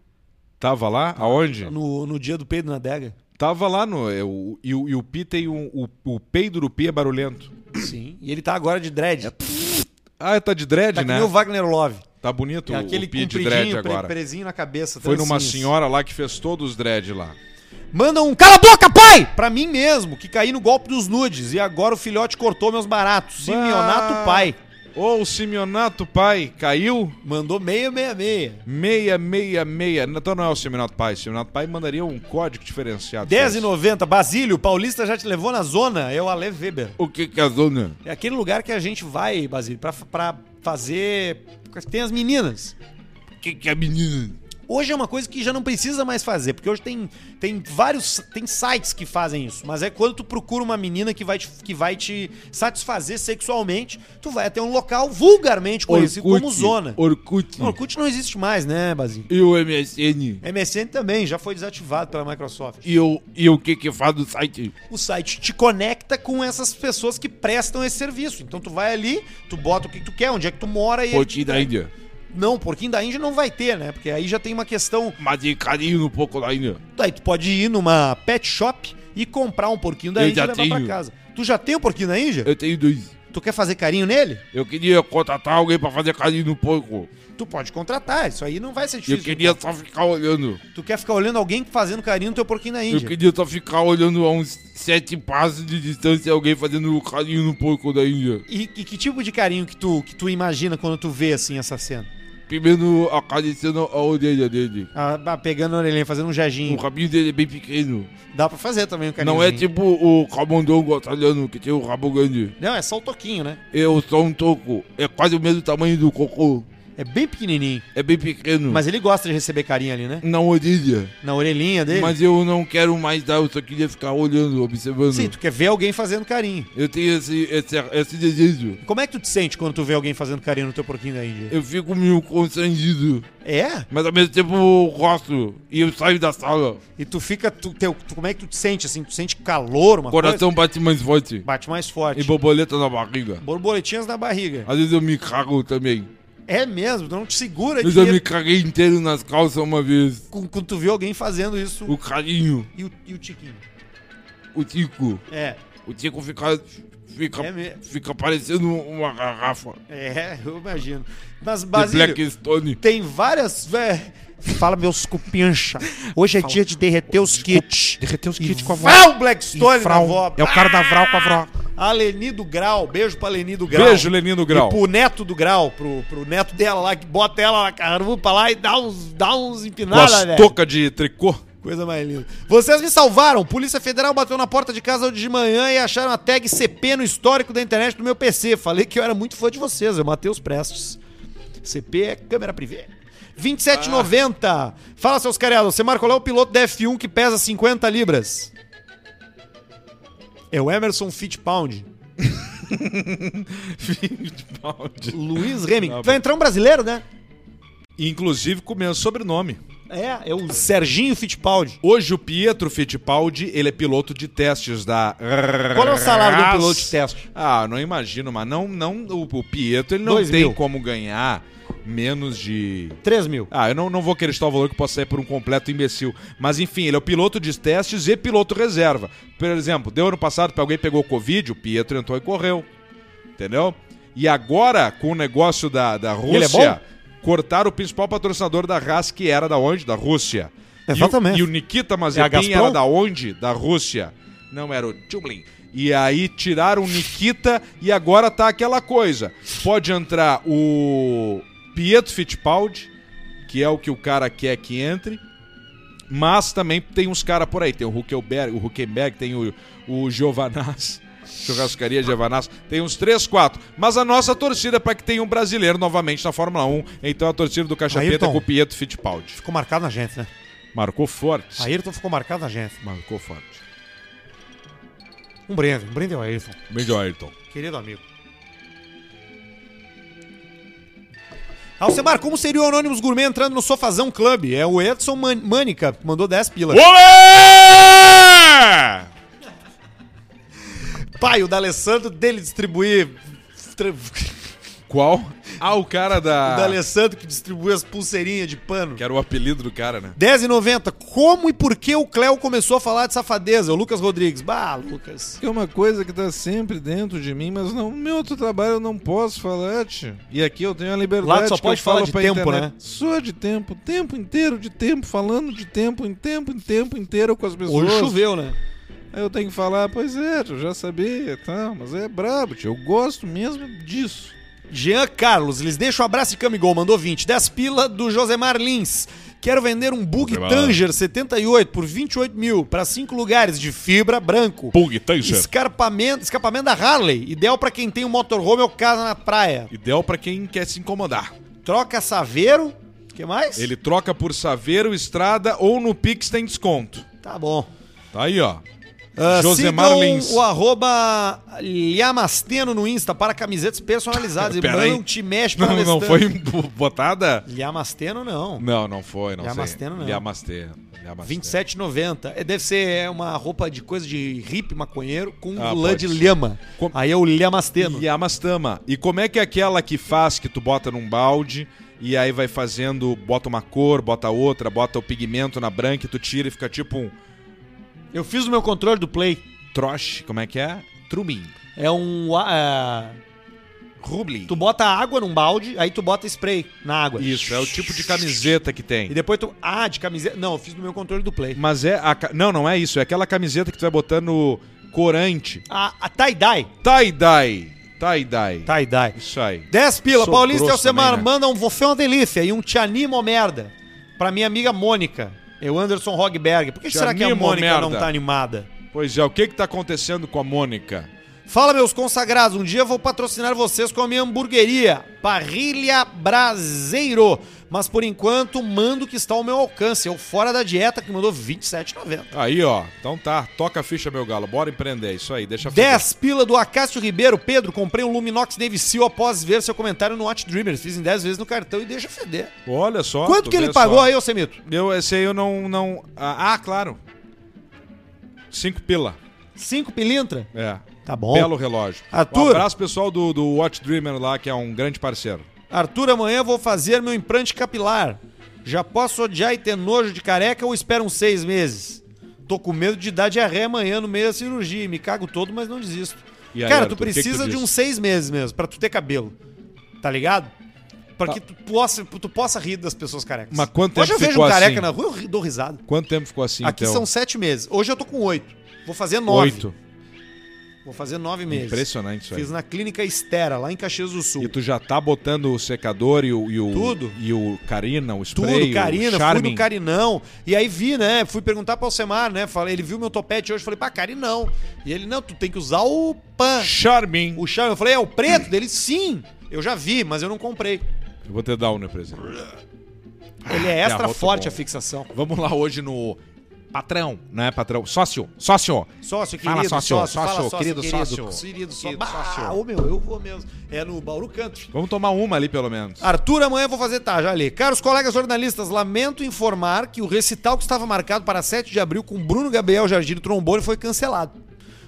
S2: lá? Aonde?
S1: No, no dia do peido na adega.
S2: Tava lá no. é, o- E o, e o Pi tem um. O, o peido do Pi é barulhento.
S1: Sim. E ele tá agora de dread.
S2: Ah, tá de dread,
S4: Tá que
S2: né?
S4: nem o Wagner Love.
S2: Tá bonito
S4: É aquele
S2: o pi de dread
S4: compridinho, pre
S2: agora.
S4: prezinho na cabeça.
S2: Foi numa
S4: trancinhas.
S2: senhora lá que fez todos os dread lá.
S4: Manda um cala a boca, pai! Pra mim mesmo, que caí no golpe dos nudes. E agora o filhote cortou meus baratos. Simeonato pai.
S2: Ô, o Simeonato Pai caiu
S4: Mandou 666.
S2: 666. Então não é o Simeonato Pai. O Simeonato Pai mandaria um código diferenciado. parece.
S4: 10,90. Basílio, paulista já te levou na zona. É o Ale Weber.
S2: O que que é a zona?
S4: É aquele lugar que a gente vai, Basílio, pra, pra fazer. Tem as meninas.
S2: O que que é menino?
S4: Hoje é uma coisa que já não precisa mais fazer, porque hoje tem, tem vários tem sites que fazem isso, mas é quando tu procura uma menina que vai te, que vai te satisfazer sexualmente, tu vai até um local vulgarmente conhecido como zona.
S2: Orkut.
S4: O Orkut não existe mais, né, Basinho?
S2: E o MSN.
S4: MSN também já foi desativado pela Microsoft.
S2: E o, e o que que faz do site?
S4: O site te conecta com essas pessoas que prestam esse serviço. Então tu vai ali, tu bota o que tu quer, onde é que tu mora e ele te
S2: Poti da
S4: entrega.
S2: Índia.
S4: Não, porquinho da Índia não vai ter, né? Porque aí já tem uma questão
S2: Mas de carinho no pouco da Índia.
S4: Daí tu pode ir numa pet shop e comprar um porquinho da
S2: Eu
S4: Índia e
S2: já
S4: levar pra
S2: tenho.
S4: casa. Tu já tem o porquinho da Índia?
S2: Eu tenho dois.
S4: Tu quer fazer carinho nele?
S2: Eu queria contratar alguém pra fazer carinho no porco.
S4: Tu pode contratar, isso aí não vai ser
S2: Eu
S4: difícil.
S2: queria só ficar olhando.
S4: Tu quer ficar olhando alguém fazendo carinho no teu porquinho da
S2: Eu
S4: Índia.
S2: queria só ficar olhando a uns sete passos de distância alguém fazendo carinho no porco da Índia.
S4: E, e que tipo de carinho que tu, que tu imagina quando tu vê assim essa cena?
S2: Primeiro acariciando a orelha dele.
S4: Ah, ah, pegando a orelhinha, fazendo um
S2: O
S4: jajinho.
S2: rabinho dele é bem pequeno.
S4: Dá pra fazer também o carinho.
S2: Não é tipo o camundongo australiano que tem o rabo grande.
S4: Não, é só o toquinho, né?
S2: Eu sou um toco. É quase o mesmo tamanho do cocô.
S4: É bem pequenininho.
S2: É bem pequeno.
S4: Mas ele gosta de receber carinho ali, né?
S2: Na orelha.
S4: Na orelhinha dele.
S2: Mas eu não quero mais dar, eu só queria ficar olhando, observando.
S4: Sim, tu quer ver alguém fazendo carinho.
S2: Eu tenho esse, esse, esse desejo.
S4: Como é que tu te sente quando tu vê alguém fazendo carinho no teu porquinho da Índia?
S2: Eu fico meio constrangido.
S4: É?
S2: Mas ao mesmo tempo eu gosto. E eu saio da sala.
S4: E tu fica. Tu, teu, tu- como é que tu te sente assim? Tu sente calor, uma
S2: Coração bate mais forte.
S4: coisa? Bate mais forte.
S2: E borboleta na barriga.
S4: Borboletinhas na barriga.
S2: Às vezes eu me cago também.
S4: É mesmo, tu não te segura
S2: Eu
S4: de
S2: já me caguei inteiro nas calças uma vez.
S4: com- quando tu vê alguém fazendo isso.
S2: O carinho,
S4: E, o, e o Tiquinho.
S2: o tico.
S4: É.
S2: O tico fica. Fica,
S4: É me-
S2: fica parecendo uma garrafa.
S4: É, [LAUGHS] eu imagino. Mas,
S2: De
S4: Basílio,
S2: Blackstone.
S4: tem várias. vé- Fala, meus cupincha. Hoje é dia de derreter os kits.
S7: Derreteu os kits com a vó.
S4: Vral Blackstone na
S7: Vral.
S4: vó.
S7: É o cara da Vral com a Vral.
S4: Aleni do Grau. Beijo pra Aleni do Grau.
S2: Beijo, Lenino Grau.
S4: E pro neto do Grau, pro, pro neto dela lá, que bota ela na caramba lá e dá uns, dá uns
S2: Com as
S4: empinadas, né?
S2: toucas de tricô. [LAUGHS]
S4: Coisa mais linda. Vocês me salvaram. Polícia Federal bateu na porta de casa hoje de manhã e acharam a tag CP no histórico da internet do meu PC. Falei que eu era muito fã de vocês, eu Matheus Prestes. CP é câmera privê. 27,90. Fala, seus careados. Você marcou lá o piloto da F1 que pesa 50 libras. É o Emerson Fittipaldi. Luiz Remy. Vai entrar um brasileiro, né?
S2: Inclusive com o meu sobrenome.
S4: É, é o Serginho Fittipaldi.
S2: Hoje o Pietro Fittipaldi, ele é piloto de testes da...
S4: Qual é o salário do piloto de teste?
S2: Ah, não imagino, mas não, não, o, o Pietro ele não
S4: Dois
S2: tem
S4: mil.
S2: como ganhar menos de...
S4: 3 mil.
S2: Ah, eu não, não vou acreditar o valor que possa sair por um completo imbecil. Mas enfim, ele é o piloto de testes e piloto reserva. Por exemplo, deu ano passado para alguém pegou Covid, o Pietro entrou e correu. Entendeu? E agora, com o negócio da, da
S4: ele é
S2: Rússia, cortaram o principal patrocinador da Haas, que era da onde? Da Rússia. E o-
S4: Exatamente.
S2: E o, Nikita
S4: É a
S2: Mazepin
S4: Gazprom?
S2: era da onde? Da Rússia. Não, era o Dublin. E aí tiraram o Nikita e agora tá aquela coisa. Pode entrar o Pietro Fittipaldi, que é o que o cara quer que entre. Mas também tem uns caras por aí. Tem o Huckelberg, o Huckenberg, tem o, o Giovanaz. Churrascaria Giovanaz. Tem uns 3, 4. Mas a nossa torcida é pra que tenha um brasileiro novamente na Fórmula 1. Então a torcida do Caixa Preta é
S4: Ayrton.
S2: com o Pietro Fittipaldi.
S4: Ficou marcado na gente, né?
S2: Marcou forte.
S4: Ayrton ficou marcado na gente.
S2: Marcou forte.
S4: Um brinde, um brinde ao Ayrton.
S2: Melhor, Ayrton.
S4: Querido amigo. Alcemar, como seria o Anônimos Gourmet entrando no Sofazão Club? É o Edson Man Mânica, que mandou 10 pilas.
S2: Olé!
S4: Pai, o D'Alessandro dele distribuir... tra-
S6: qual
S7: Ah,
S6: ao cara
S2: Ah.
S6: da.
S4: [LAUGHS] O da Alessandro que distribui as pulseirinhas de pano.
S6: Que era o apelido do cara, né?
S4: 10,90. Como e por que o Cléo começou a falar de safadeza? O Lucas Rodrigues. Bah, Lucas.
S6: É uma coisa que tá sempre dentro de mim, mas no meu outro trabalho eu não posso falar, é, tio. E aqui eu tenho a liberdade
S4: Lá tu só
S6: que
S4: pode
S6: eu
S4: falar
S6: falo
S4: de
S6: pra
S4: tempo,
S6: internet.
S4: né?
S6: Só de tempo, tempo inteiro de tempo, falando de tempo, em tempo, em tempo inteiro com as pessoas.
S4: Hoje choveu, né?
S6: Aí eu tenho que falar, pois é, tio, já sabia, tá, mas é brabo, tio, eu gosto mesmo disso.
S4: Jean Carlos, eles deixam um abraço de Camigol, mandou 20. 10 pila do Josemar Lins. Quero vender um Bug
S2: Josemar.
S4: Tanger 78 por 28 mil para cinco lugares de fibra branco.
S2: Pug Tanger.
S4: Escarpamento, escapamento da Harley, ideal para quem tem um motorhome ou casa na praia.
S6: Ideal pra quem quer se incomodar.
S4: Troca Saveiro, que mais?
S6: Ele troca por Saveiro, Estrada ou no Pix tem desconto.
S4: Tá bom.
S6: Tá aí, ó.
S4: Ah,
S6: Josemar
S4: sigam
S6: Lins.
S4: o arroba Lhamasteno no Insta para camisetas personalizadas.
S6: [LAUGHS]
S4: E
S6: Pera aí.
S4: não te mexe pra
S6: [LAUGHS] Não, não
S4: Alestandro.
S6: foi [LAUGHS] botada?
S4: Lhamasteno não.
S6: Não, não foi, não
S4: Lhamasteno
S6: sei.
S4: não. é.
S6: Lhamasteno, Lhamasteno.
S4: 27,90. É, Deve ser uma roupa de coisa de hippie maconheiro com
S6: Ah,
S4: lã
S6: pode
S4: de
S6: ser.
S4: lhama.
S6: Com-
S4: Aí é o Lhamasteno.
S6: Yamastama. E como é que é aquela que faz que tu bota num balde e aí vai fazendo, bota uma cor, bota outra, bota o pigmento na branca e tu tira e fica tipo um
S4: Eu fiz o meu controle do Play.
S6: troche, como é que é? Trumin.
S4: É um... ah,
S6: Rubli.
S4: Tu bota água num balde, aí tu bota spray na água.
S6: Isso, é o tipo de camiseta que
S4: E
S6: tem.
S4: depois tu. Ah, de camiseta. Não, eu fiz no meu controle do Play.
S6: Mas é a ca- Não, não é isso, é aquela camiseta que tu vai botando corante.
S4: Ah, A, a tie-dye.
S6: Tie-dye. Tie-dye.
S4: Tie-dye.
S6: Isso aí.
S4: 10 pila.
S6: Sou
S4: Paulista e
S6: grosso
S4: Alcemar
S6: também, né?
S4: mandam um Você é uma delícia e um Te animo merda. Pra minha amiga Mônica. Eu, Anderson Rogberg. Por que
S6: Te
S4: será que a
S6: animo,
S4: Mônica não
S6: merda.
S4: tá animada?
S6: Pois é, o que que tá acontecendo com a Mônica?
S4: Fala, meus consagrados. Um dia eu vou patrocinar vocês com a minha hamburgueria, Parrilha Braseiro. Mas por enquanto, mando o que está ao meu alcance. É o Fora da Dieta que mandou R$ 27,90.
S6: Aí, ó. Então tá, toca a ficha, meu galo. Bora empreender. Isso aí, deixa
S4: 10 pila do Acácio Ribeiro. Pedro, comprei um Luminox Navy Seal após ver seu comentário no Watch Dreamers. Fiz em 10 vezes no cartão e deixa feder.
S6: Olha só.
S4: Quanto
S6: tu
S4: que ele
S6: vê
S4: pagou
S6: só.
S4: aí, Alcemito?
S6: Eu, esse aí eu não. não... Ah, ah, claro. Cinco pila.
S4: 5 pilintra?
S6: É.
S4: Tá bom.
S6: Belo relógio. Um
S4: Arthur.
S6: abraço pessoal do, do Watch Dreamer lá, que é um grande parceiro.
S4: Arthur, amanhã vou fazer meu implante capilar. Já posso odiar e ter nojo de careca ou espero uns seis meses? Tô com medo de dar diarreia amanhã no meio da cirurgia. e Me cago todo, mas não desisto.
S6: E aí,
S4: Cara,
S6: Arthur,
S4: tu
S6: o que que tu
S4: precisa de
S6: diz?
S4: uns seis meses mesmo pra tu ter cabelo. Tá ligado? Pra que tu possa, tu possa rir das pessoas carecas.
S6: Tá. Mas quanto
S4: Hoje
S6: tempo
S4: eu vejo
S6: ficou
S4: um careca
S6: assim?
S4: na rua, eu ri- dou risada.
S6: Quanto tempo ficou assim,
S4: Aqui
S6: então?
S4: são sete meses. Hoje eu tô com oito. Vou fazer nove.
S6: Oito.
S4: Vou fazer nove meses.
S6: Impressionante isso aí.
S4: Fiz na clínica Estera, lá em Caxias do Sul.
S6: E tu já tá botando o secador e o. E o
S4: Tudo.
S6: E o Carina, o
S4: Tudo,
S6: spray.
S4: Karina,
S6: o
S4: fui
S6: Charmin.
S4: no Carinão. E aí vi, né? Fui perguntar pro Alcemar, né? Falei, ele viu meu topete hoje, falei, pá, Carinão. E ele, não, tu tem que usar o pan.
S6: Charmin.
S4: O chão, eu falei, é o preto dele? Sim. Eu já vi, mas eu não comprei.
S6: Eu vou te dar um, né, presente.
S4: Ele
S2: Ah,
S4: é extra
S6: arroto
S4: forte
S6: bom.
S4: a fixação.
S6: Vamos lá hoje no. Patrão, não é patrão? Sócio, sócio.
S4: Sócio,
S6: Fala,
S4: querido,
S6: sócio,
S4: fala,
S6: sócio, querido, sócio.
S4: Querido, sócio.
S6: Querido,
S4: Bah,
S6: sócio.
S4: ô, meu, eu vou mesmo. É no Bauru Country.
S6: Vamos tomar uma ali, pelo menos.
S4: Arthur, amanhã eu vou fazer tá, já li. Caros colegas jornalistas, lamento informar que o recital que estava marcado para 7 de abril com Bruno Gabriel Jardim do Trombone foi cancelado.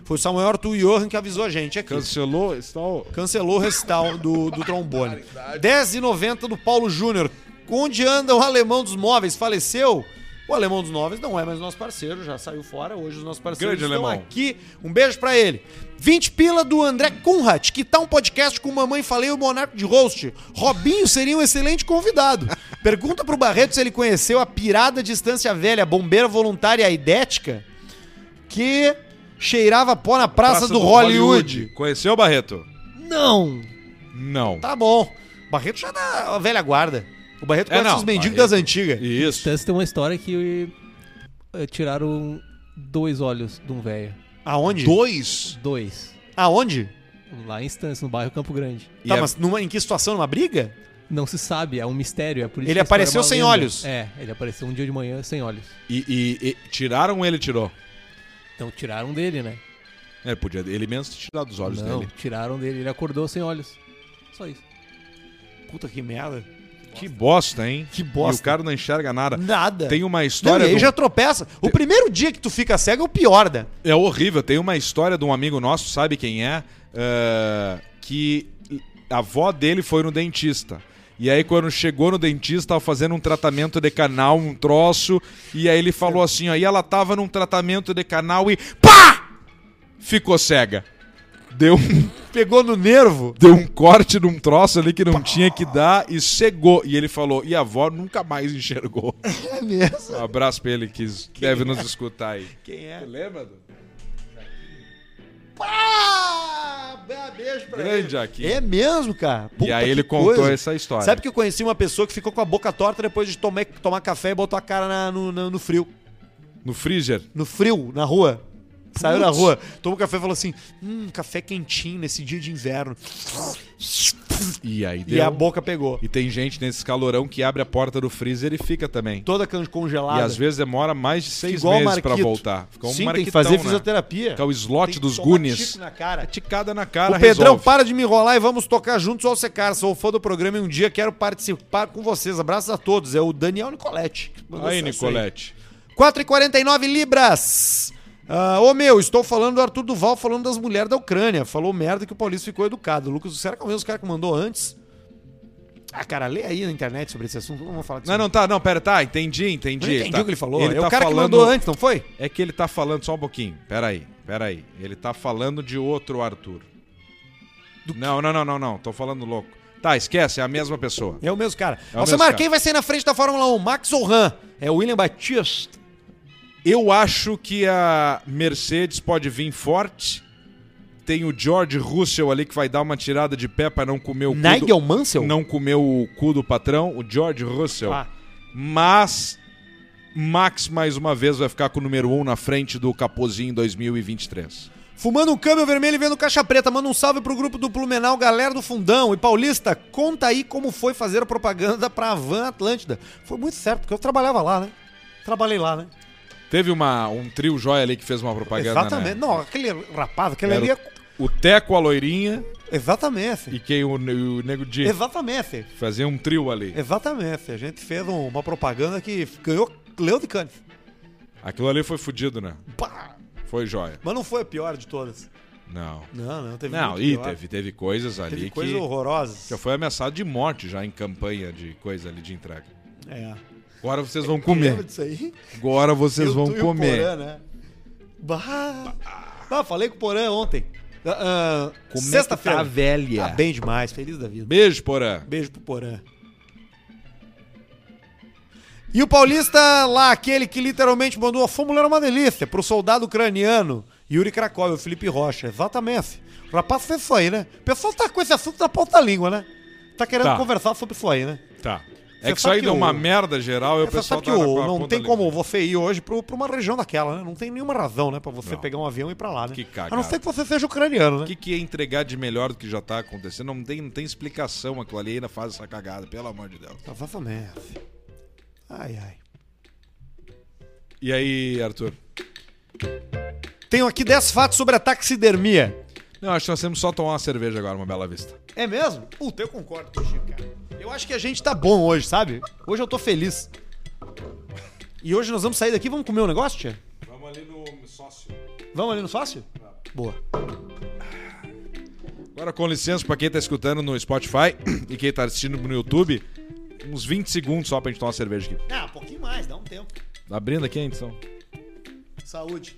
S4: Foi o Samuel Arthur Johan que avisou a gente aqui.
S6: Cancelou, está o-
S4: Cancelou o recital do, do trombone. 10,90 do Paulo Júnior. Onde anda o alemão dos móveis? Faleceu? O alemão dos móveis não é mais nosso parceiro, já saiu fora. Hoje os nossos parceiros
S6: Grande
S4: estão
S6: alemão.
S4: aqui. Um beijo pra ele. 20 pila do André Kunrat, que tá um podcast com Mamãe Falei e o Monarco de Host. Robinho seria um excelente [LAUGHS] convidado. Pergunta pro Barreto se ele conheceu a pirada de Estância Velha, bombeira voluntária idética, que cheirava pó na praça, do, Hollywood.
S6: Conheceu, Barreto?
S3: Não!
S6: Não.
S4: Tá bom. O Barreto já é da velha guarda. O Barreto
S6: É,
S4: conhece
S6: não,
S4: os mendigos
S6: Barreto.
S4: das antigas.
S6: Isso.
S3: Tanto Então, tem uma história que eh, tiraram dois olhos de um velho.
S4: Aonde?
S6: Dois.
S3: Dois.
S4: Aonde?
S3: Lá em Estância, no bairro Campo Grande.
S6: E
S4: tá,
S6: é-
S4: mas numa, em que situação? Numa briga?
S3: Não se sabe, é um mistério, é por isso
S4: Ele
S3: que a história
S4: apareceu
S3: é uma
S4: sem
S3: lenda.
S4: olhos.
S3: É, ele apareceu um dia de manhã sem olhos.
S6: E, e- e tiraram ele, tirou.
S3: Então tiraram dele, né?
S6: É, podia ele mesmo ter tirado os olhos
S3: Não,
S6: dele.
S3: tiraram dele, ele acordou sem olhos. Só isso.
S4: Puta que merda.
S6: Que bosta, hein?
S4: Que
S6: E
S4: bosta.
S6: o cara não enxerga nada.
S4: Nada.
S6: Tem uma
S4: Não, e
S6: história.
S4: aí
S6: do-
S4: já tropeça. O primeiro dia que tu fica cego é o pior, né?
S6: É horrível. Tem uma história de um amigo nosso, sabe quem é? eh, que a avó dele foi no dentista. E aí, quando chegou no dentista, tava fazendo um tratamento de canal, um troço. E aí ele falou assim, ó. E ela tava num tratamento de canal e. PÁ! Ficou cega. Deu um,
S4: [LAUGHS] Pegou no nervo.
S6: deu um corte num troço ali que não tinha que dar e cegou. E ele falou, e a avó nunca mais enxergou.
S4: [LAUGHS] É mesmo. é?
S6: Um abraço pra ele que deve nos escutar aí.
S4: Quem é?
S6: Lembra? do-
S4: Pá! Dá um Beijo pra
S6: Grande,
S4: ele.
S6: Aqui.
S4: É mesmo, cara.
S6: E aí ele
S4: que
S6: contou
S4: coisa.
S6: essa história.
S4: Sabe que eu conheci uma pessoa que ficou com a boca torta depois de tomar, tomar café e botou a cara na- no, no- no frio.
S6: No freezer.
S4: No frio, na rua. Saiu na rua, tomou café e falou assim: Hum, café quentinho nesse dia de inverno.
S6: E aí
S4: E
S6: deu.
S4: a boca pegou.
S6: E tem gente nesse calorão que abre a porta do freezer e fica também.
S4: Toda can- congelada.
S6: E às vezes demora mais de seis
S4: Igual o
S6: meses pra
S4: Marquito.
S6: voltar. Fica um
S4: Sim, tem que
S6: marquitão,
S4: fazer
S6: né?
S4: fisioterapia.
S6: Fica o slot
S4: Tem que
S6: dos
S4: tomar um
S6: Gunis.
S4: tico na cara.
S6: Ticada na
S4: O
S6: cara,
S4: Pedrão,
S6: resolve.
S4: para de me enrolar e vamos tocar juntos ao secar. Sou fã do programa e um dia quero participar com vocês. Abraços a todos. É o Daniel Nicoletti. Mandou
S6: Aí,
S4: essa-
S6: Nicolete.
S4: 4,49 libras. Ah, ô meu, estou falando do Arthur Duval falando das mulheres da Ucrânia. Falou merda que o Paulista ficou educado. Lucas, será que é o mesmo cara que mandou antes? Ah, cara, lê aí na internet sobre esse assunto. Não vou falar disso.
S6: Não, não, tá, não, pera, tá, entendi, entendi.
S4: Eu não entendi
S6: tá.
S4: o que ele falou. é
S6: tá
S4: o cara
S6: falando-
S4: que mandou antes, não foi?
S6: É que ele tá falando, só um pouquinho, pera aí, pera aí. Ele tá falando de outro Arthur. Não, não, não, não, não, tô falando louco. Tá, esquece, é a mesma pessoa.
S4: É o mesmo cara.
S6: É o
S4: Nossa,
S6: mesmo
S4: Mar,
S6: cara.
S4: quem vai sair na frente da Fórmula 1? Max ou Han? É o William Batista.
S6: Eu acho que a Mercedes pode vir forte. Tem o George Russell ali que vai dar uma tirada de pé pra não comer o cu do-
S4: Nigel Mansell?
S6: não comeu o cu do patrão, o George Russell.
S4: Ah.
S6: Mas Max mais uma vez vai ficar com o número 1 um na frente do Capozinho em 2023.
S4: Fumando um câmbio vermelho e vendo caixa preta. Manda um salve pro grupo do Plumenal, galera do Fundão. E Paulista, conta aí como foi fazer a propaganda pra Van Atlântida. Foi muito certo, porque eu trabalhava lá, né? Trabalhei lá, né?
S6: Teve uma, um trio joia ali que fez uma propaganda,
S4: Exatamente.
S6: né?
S4: Não, aquele rapaz, aquele
S6: Era
S4: ali é...
S6: O Teco, a Loirinha
S4: Exatamente.
S6: e quem o, o Nego de
S4: Exatamente.
S6: Fazia um trio ali.
S4: Exatamente. A gente fez um- uma propaganda que ganhou Leo de Cannes.
S6: Aquilo ali foi fudido, né?
S4: Pá!
S6: Foi joia.
S4: Mas não foi a pior de todas.
S6: Não.
S4: Não, não. Teve
S6: Não,
S4: muito
S6: e
S4: pior.
S6: teve, teve coisas ali
S4: Teve
S6: que
S4: coisa horrorosa.
S6: já foi ameaçado de morte já em campanha de coisa ali de entrega.
S4: É.
S6: Agora vocês vão
S4: Lembra
S6: comer.
S4: disso aí?
S6: Agora vocês
S4: Eu,
S6: vão
S4: tu e o
S6: comer.
S4: Porã, né? Bah. Ah, falei com o Porã ontem. Ah, ah,
S6: Como é que
S4: Sexta-feira.
S6: tá, velha?
S4: Tá bem demais, feliz da vida.
S6: Beijo, Porã.
S4: Beijo pro Porã. E o paulista lá, aquele que literalmente mandou a fórmula era uma delícia pro soldado ucraniano Yuri Krakow, o Felipe Rocha. Exatamente. O rapaz fez isso aí, né? O pessoal tá com esse assunto na ponta da língua, né? Tá querendo
S6: Tá.
S4: conversar sobre isso aí, né?
S6: Tá.
S4: Você
S6: É que isso aí
S4: sabe que
S6: deu uma
S4: o-
S6: merda geral e o
S4: Você
S6: pessoal
S4: sabe que
S6: tá na-
S4: o-
S6: com a
S4: não
S6: ponta
S4: tem
S6: ali.
S4: como você ir hoje pro- pra uma região daquela, né? Não tem nenhuma razão, né, pra você
S6: Não.
S4: pegar um avião e ir pra lá, né?
S6: Que cagada.
S4: A não ser que você seja ucraniano, né?
S6: O que, que é entregar de melhor do que já tá acontecendo? Não tem, não tem explicação aquilo ali, ainda faz essa cagada, pelo amor de Deus.
S4: Exatamente. Ai, ai.
S6: E aí, Arthur?
S4: Tenho aqui 10 fatos sobre a taxidermia.
S6: Não, acho que nós temos só tomar uma cerveja agora, uma bela vista.
S4: É mesmo? Puta, eu concordo com o Chico, cara. Eu acho que a gente tá bom hoje, sabe? Hoje eu tô feliz. E hoje nós vamos sair daqui, vamos comer um negócio, tia?
S6: Vamos ali no sócio.
S4: Vamos ali no sócio? Boa.
S6: Agora, com licença, pra quem tá escutando no Spotify [CLEARS THROAT] e quem tá assistindo no YouTube, uns 20 segundos só pra gente tomar uma cerveja aqui.
S4: Ah, um pouquinho mais, dá um tempo.
S6: Abrindo aqui a edição.
S4: Saúde.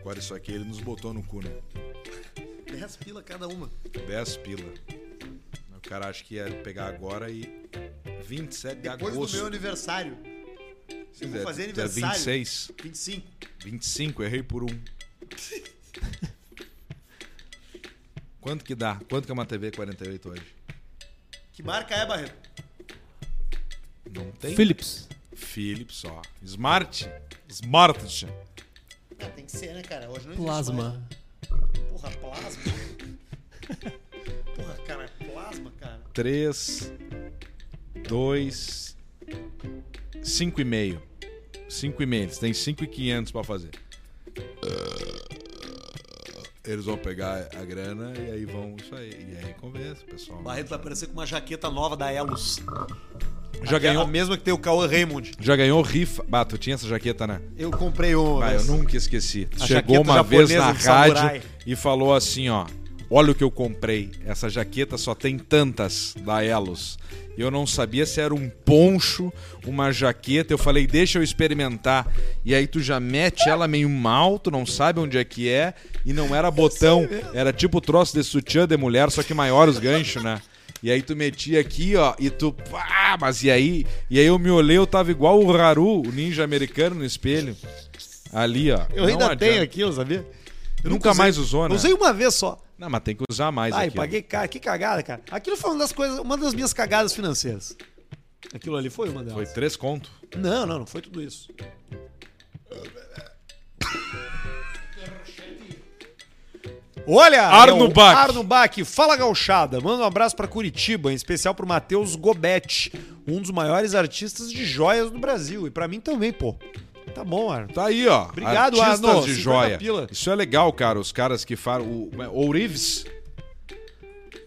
S6: Agora isso aqui ele nos botou no cu, né?
S4: 10 pila cada uma.
S6: 10 pila. O cara acha que ia pegar agora e 27 de
S4: Depois do
S6: agosto.
S4: meu aniversário.
S6: Se
S4: vou
S6: der-
S4: fazer
S6: der
S4: aniversário.
S6: 26.
S4: 25.
S6: 25, errei por
S4: [LAUGHS]
S6: um. Quanto que dá? Quanto que é uma TV 48 hoje?
S4: Que marca é, Barreto?
S6: Não tem?
S3: Philips.
S6: Philips só. Smart? Smart.
S4: Ah, tem que ser, né, cara? Hoje não existe mais. né?
S3: Plasma.
S4: Porra, plasma. [LAUGHS] Porra, cara, é plasma, cara.
S6: 3, 2, 5,5. 5 e meia. Eles têm 5 e 500 pra fazer. Eles vão pegar a grana e aí vão... Isso aí. E aí convence, pessoal.
S4: Barreto vai aparecer com uma jaqueta nova da Elus.
S6: Já
S4: A
S6: ganhou...
S4: mesma que tem o Cauã Raymond.
S6: Já ganhou rifa. Bah, tu tinha essa jaqueta, né?
S4: Eu comprei uma.
S6: Ah, eu
S4: vez.
S6: nunca esqueci.
S4: A
S6: Chegou
S4: jaqueta
S6: uma vez na
S4: japonesa de samurai.
S6: rádio e falou assim, ó. Olha o que eu comprei. Essa jaqueta só tem tantas da Elos. E Eu não sabia se era um poncho, uma jaqueta. Eu falei, deixa eu experimentar. E aí tu já mete ela meio mal, tu não sabe onde é que é. E não
S4: [LAUGHS]
S6: era botão, era tipo o troço de sutiã de mulher, só que maior os ganchos, né? E aí tu metia aqui, ó, e tu. Ah, mas e aí? E aí eu me olhei, eu tava igual o Haru, o ninja americano no espelho. Ali, ó.
S4: Eu
S6: Não
S4: ainda tenho
S6: adianta.
S4: aquilo, sabia? Eu
S6: Nunca
S4: usei.
S6: mais usou, né?
S4: Usei uma vez só.
S6: Não, mas tem que usar mais
S4: Ai,
S6: aqui.
S4: paguei caro. Que cagada, cara. Aquilo foi uma das coisas, uma das minhas cagadas financeiras. Aquilo ali foi uma
S6: Foi
S4: delas.
S6: três conto.
S4: Não, não, não foi tudo isso. Olha!
S6: Arno
S4: é o
S6: Bach.
S4: Arno Bach, fala gauchada. Manda um abraço pra Curitiba, em especial pro Matheus Gobetti, um dos maiores artistas de joias do Brasil. E pra mim também, pô. Tá bom, Arno.
S6: Tá aí, ó.
S4: Obrigado,
S6: Artistas
S4: Arno.
S6: de
S4: 50
S6: joia.
S4: pila.
S6: Isso é legal, cara. Os caras que fazem. O é, Ourives.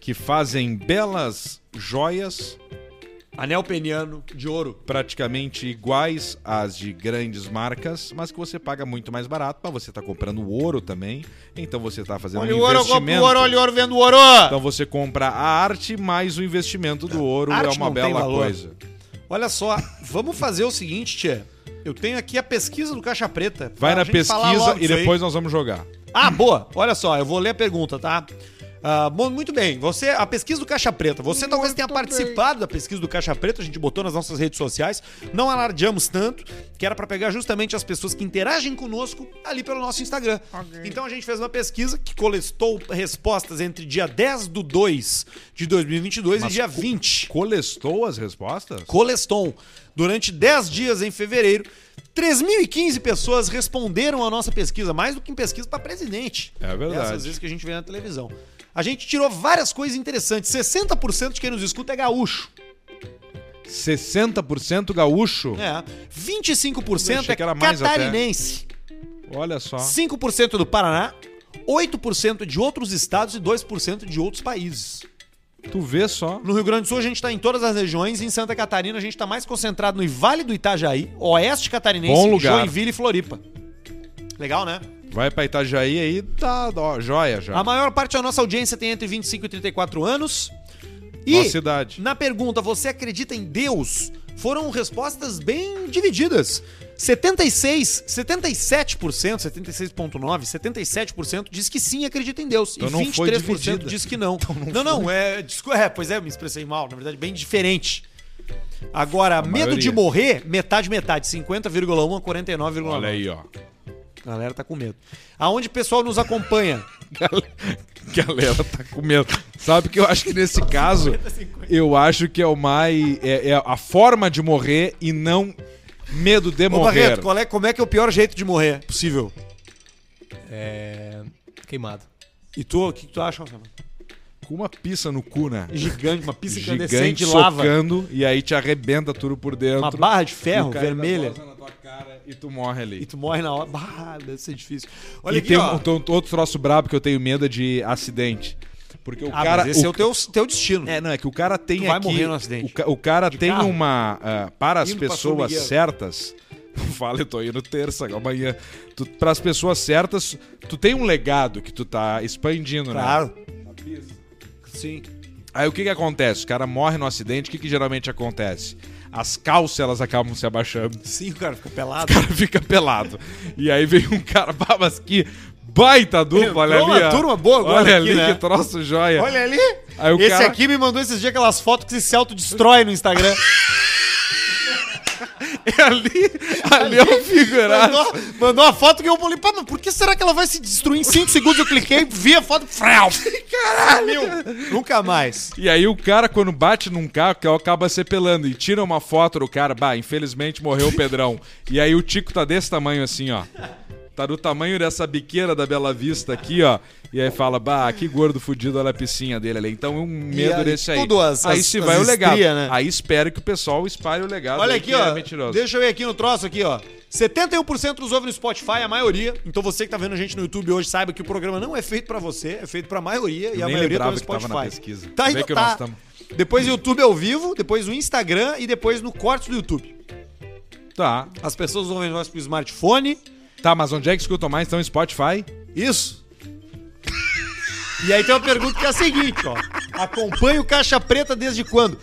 S6: Que fazem belas joias
S4: Anel peniano de ouro.
S6: praticamente iguais às de grandes marcas, mas que você paga muito mais barato, mas você tá comprando ouro também, então você tá fazendo um investimento.
S4: ouro, vendo ouro.
S6: Então você compra a arte mais o investimento do ouro,
S4: Arte
S6: é uma
S4: não tem
S6: bela
S4: valor.
S6: coisa.
S4: Olha só, vamos fazer o seguinte, tia. Eu tenho aqui a pesquisa do Caixa Preta. pra
S6: Vai na
S4: gente falar
S6: pesquisa
S4: logo
S6: e
S4: disso aí.
S6: depois nós vamos jogar.
S4: Ah, boa. Olha só, eu vou ler a pergunta, tá? Ah, bom, muito bem. Você, a pesquisa do Caixa Preta. Você talvez tenha participado da pesquisa do Caixa Preta. A gente botou nas nossas redes sociais. Não alardeamos tanto, que era pra pegar justamente as pessoas que interagem conosco ali pelo nosso Instagram. Então a gente fez uma pesquisa que coletou respostas entre dia 10 do 2 de 2022
S6: Mas
S4: e dia
S6: co-
S4: 20.
S6: Colestou as respostas?
S4: Coleston. Durante 10 dias em fevereiro, 3.015 pessoas responderam a nossa pesquisa, mais do que em pesquisa para presidente.
S6: É verdade.
S4: Essas vezes que a gente vê na televisão. A gente tirou várias coisas interessantes. 60% de quem nos escuta é gaúcho.
S6: 60% gaúcho?
S4: É.
S6: Eu
S4: 25%
S6: achei
S4: é
S6: que era mais até.
S4: catarinense.
S6: Olha só.
S4: 5% do Paraná, 8% de outros estados e 2% de outros países.
S6: Tu vê só.
S4: No Rio Grande do Sul a gente tá em todas as regiões, em Santa Catarina a gente tá mais concentrado no Vale do Itajaí, Oeste Catarinense,
S6: Bom lugar.
S4: Joinville e Floripa. Legal, né?
S6: Vai pra Itajaí aí, tá ó, joia já.
S4: A maior parte da nossa audiência tem entre 25 e 34 anos. E
S6: Nossa cidade.
S4: na pergunta você acredita em Deus? Foram respostas bem divididas. 76, 77%, 76.9, 77% diz que sim, acredita em Deus.
S6: Então
S4: e
S6: não foi
S4: 23%
S6: dividida. Então
S4: diz que
S6: [LAUGHS]
S4: não. não, não, é, discu- é, pois é, me expressei mal, na verdade bem diferente. Agora, medo
S6: maioria.
S4: de morrer, metade metade, 50,1 a 49,9.
S6: Olha aí, ó.
S4: A um. galera tá com medo. Aonde o pessoal nos acompanha?
S6: [LAUGHS] Galera tá com medo. Sabe que eu acho que nesse caso, eu acho que é o mais. É, é a forma de morrer e não medo de
S4: Ô,
S6: morrer.
S4: Barreto, qual é, como é que é o pior jeito de morrer possível?
S3: É. Queimado.
S4: E tu, o que que tu acha, Alcema?
S6: Com uma pissa no cu, né?
S4: Gigante, uma pista incandescente
S6: Gigante
S4: de lava.
S6: socando e aí te arrebenta tudo por dentro.
S4: Uma barra de
S6: e o
S4: ferro
S6: cara ainda
S4: vermelha.
S6: goza na tua cara E tu morre ali.
S4: E tu morre na hora. Bah, deve ser difícil. Olha
S6: e
S4: aqui,
S6: tem
S4: ó.
S6: um, tem um outro troço brabo que eu tenho medo é de acidente. Porque o
S4: Ah,
S6: cara.
S4: mas esse
S6: o
S4: é o teu, teu destino.
S6: É, não, é que o cara tem
S4: Tu vai
S6: aqui...
S4: morrer no acidente.
S6: O, ca- o cara tem
S4: carro?
S6: uma... ah, para as
S4: Indo pra São
S6: pessoas
S4: Miguel.
S6: certas... [LAUGHS] Fala, eu tô indo terça, amanhã. Tu, para as pessoas certas, tu tem um legado que tu tá expandindo, né?
S4: claro. Sim.
S6: Aí o que que acontece? O cara morre no acidente, o que que geralmente acontece? As calças, elas acabam se abaixando.
S4: Sim, o cara fica pelado.
S6: O cara fica pelado. E aí vem um cara, "Bah, mas que baita dupla, olha
S4: Entrou
S6: ali.
S4: uma
S6: ó.
S4: turma boa agora
S6: Olha
S4: aqui,
S6: ali
S4: né?
S6: que troço joia.
S4: Olha ali.
S6: Aí o
S4: Esse
S6: cara-
S4: aqui me mandou esses dias aquelas fotos que se autodestrói
S6: [LAUGHS]
S4: no Instagram.
S6: ali, ali é [LAUGHS] um figurado.
S4: mandou, mandou uma foto que eu falei, pá, mas por que será que ela vai se destruir? Em 5 segundos eu cliquei, vi a foto. Frau. [LAUGHS] Caralho. Nunca mais.
S6: E aí o cara, quando bate num carro, que é acaba sepelando e tira uma foto do cara, bah, infelizmente morreu o Pedrão. E aí o Tico tá desse tamanho assim, ó. Tá do tamanho dessa biqueira da Bela Vista aqui, ó. E aí fala, bah, que gordo fudido, olha a piscinha dele ali. Então, um medo
S4: aí,
S6: desse aí.
S4: tudo as-
S6: aí
S4: as-
S6: se
S4: as
S6: vai o legado.
S4: estria, né?
S6: Aí espero que o pessoal espalhe o legado.
S4: Olha
S6: aí,
S4: aqui,
S6: que é
S4: ó.
S6: mentiroso.
S4: Deixa eu ver aqui no troço aqui, ó. 71% nos ouve no Spotify, a maioria. Então você que tá vendo a gente no YouTube hoje, saiba que o programa não é feito pra você, é feito pra maioria e
S6: Eu
S4: a
S6: nem
S4: maioria tá no
S6: lembrava que tava
S4: Spotify.
S6: na pesquisa.
S4: Tá,
S6: Vê
S4: então
S6: que nós
S4: tá.
S6: tamo.
S4: Depois YouTube ao vivo, depois no Instagram e depois no corte do YouTube.
S6: Tá.
S4: As pessoas ouvem nós pro smartphone.
S6: Tá, mas onde é que escutam mais? Então, Spotify?
S4: Isso. E aí tem uma pergunta que é a seguinte, ó. Acompanha o Caixa Preta desde quando?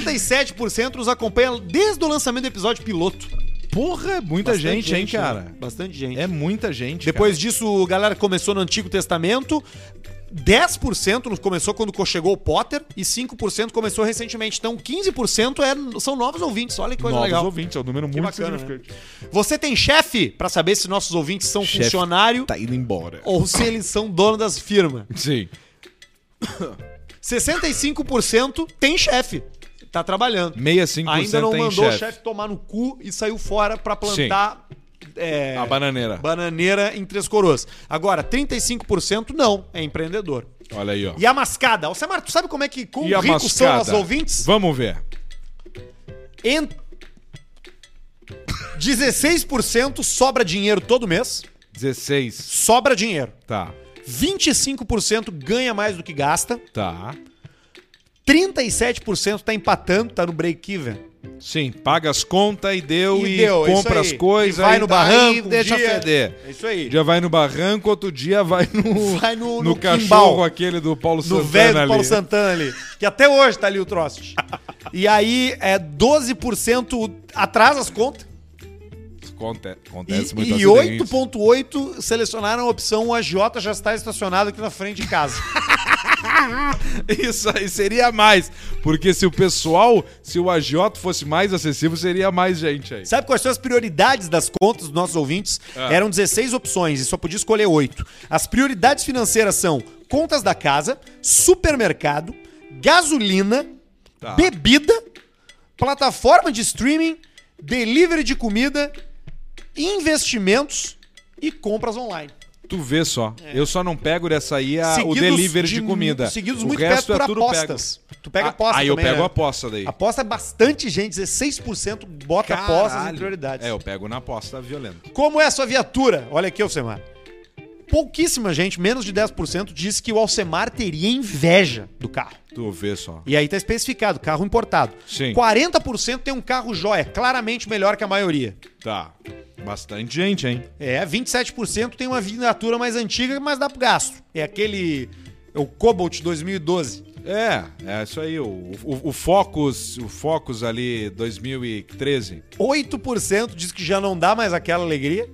S4: 67% nos acompanha desde o lançamento do episódio piloto.
S6: Porra, muita
S4: Bastante
S6: gente, hein, cara?
S4: né? Bastante gente.
S6: É muita gente.
S4: Depois disso, a galera começou no Antigo Testamento. 10% nos começou quando co- chegou o Potter e 5% começou recentemente. Então 15% é- são novos ouvintes. Olha que
S6: cara.
S4: coisa
S6: novos
S4: legal.
S6: ouvintes, é um número
S4: Que
S6: muito
S4: bacana, né?
S6: significante.
S4: Você tem chefe Pra saber se nossos ouvintes são
S6: Chefe
S4: funcionário
S6: Tá indo embora.
S4: ou se eles são dono das firmas.
S6: [LAUGHS] Sim.
S4: 65% tem chefe, tá trabalhando.
S6: 65%
S4: Ainda não
S6: tem
S4: mandou o
S6: chefe.
S4: chefe tomar no cu e saiu fora pra plantar é,
S6: A bananeira.
S4: bananeira em Três Coroas. Agora, 35% não, é empreendedor.
S6: Olha aí, ó.
S4: E a mascada? Ô, Samar, tu sabe como é que como
S6: E a
S4: ricos são
S6: mascada?
S4: os ouvintes?
S6: Vamos ver.
S4: En- 16% sobra dinheiro todo mês.
S6: 16.
S4: Sobra dinheiro.
S6: Tá,
S4: 25% ganha mais do que gasta.
S6: tá.
S4: 37% tá empatando, tá no break-even.
S6: Sim, paga as contas e deu, e,
S4: E deu, isso
S6: compra
S4: aí.
S6: as coisas.
S4: E vai
S6: aí
S4: no
S6: tá,
S4: barranco
S6: aí
S4: um
S6: deixa
S4: dia.
S6: feder.
S4: É isso aí.
S6: Um dia vai no barranco, outro dia vai no,
S4: Vai no-
S6: no,
S4: no
S6: cachorro
S4: quimbal.
S6: aquele do Paulo
S4: No
S6: Santana
S4: velho do
S6: ali.
S4: Paulo Santana ali. Que até hoje tá ali o troço. E aí é 12% atrás as contas.
S6: Conte- Acontece
S4: E,
S6: muito
S4: e 8,8% selecionaram a opção o agiota já está estacionado aqui na frente de casa.
S6: [LAUGHS] Isso aí seria mais. Porque se o pessoal, se o agiota fosse mais acessível, seria mais gente aí.
S4: Sabe quais são as prioridades das contas dos nossos ouvintes?
S6: Ah.
S4: Eram 16 opções e só podia escolher 8. As prioridades financeiras são contas da casa, supermercado, gasolina,
S6: Tá.
S4: bebida, plataforma de streaming, delivery de comida, investimentos e compras online.
S6: Tu vê só. Eu só não pego dessa aí a- Ah, o
S4: É. Seguidos
S6: delivery de, comida.
S4: Seguidos
S6: o
S4: muito
S6: resto
S4: perto por
S6: é tudo
S4: apostas. Tu pega
S6: pego. Ah,
S4: aposta
S6: aí eu
S4: também,
S6: pego
S4: né?
S6: a aposta daí.
S4: Aposta é bastante gente, 16% bota apostas em
S6: Caralho.
S4: prioridades.
S6: É, eu pego na aposta violenta.
S4: Como é a sua viatura? Olha aqui, Alcemar. Pouquíssima gente, menos de 10%, disse que o Alcemar teria inveja do carro.
S6: Tu vê só.
S4: E aí tá especificado, carro importado.
S6: Sim.
S4: 40% tem um carro jóia, claramente melhor que a maioria.
S6: Tá. Bastante gente, hein?
S4: É, 27% tem uma viatura mais antiga, mas dá pro gasto. É aquele... É o Cobalt 2012.
S6: É, é isso aí. O, o, o Focus, o Focus ali 2013.
S4: 8% diz que já não dá mais aquela alegria.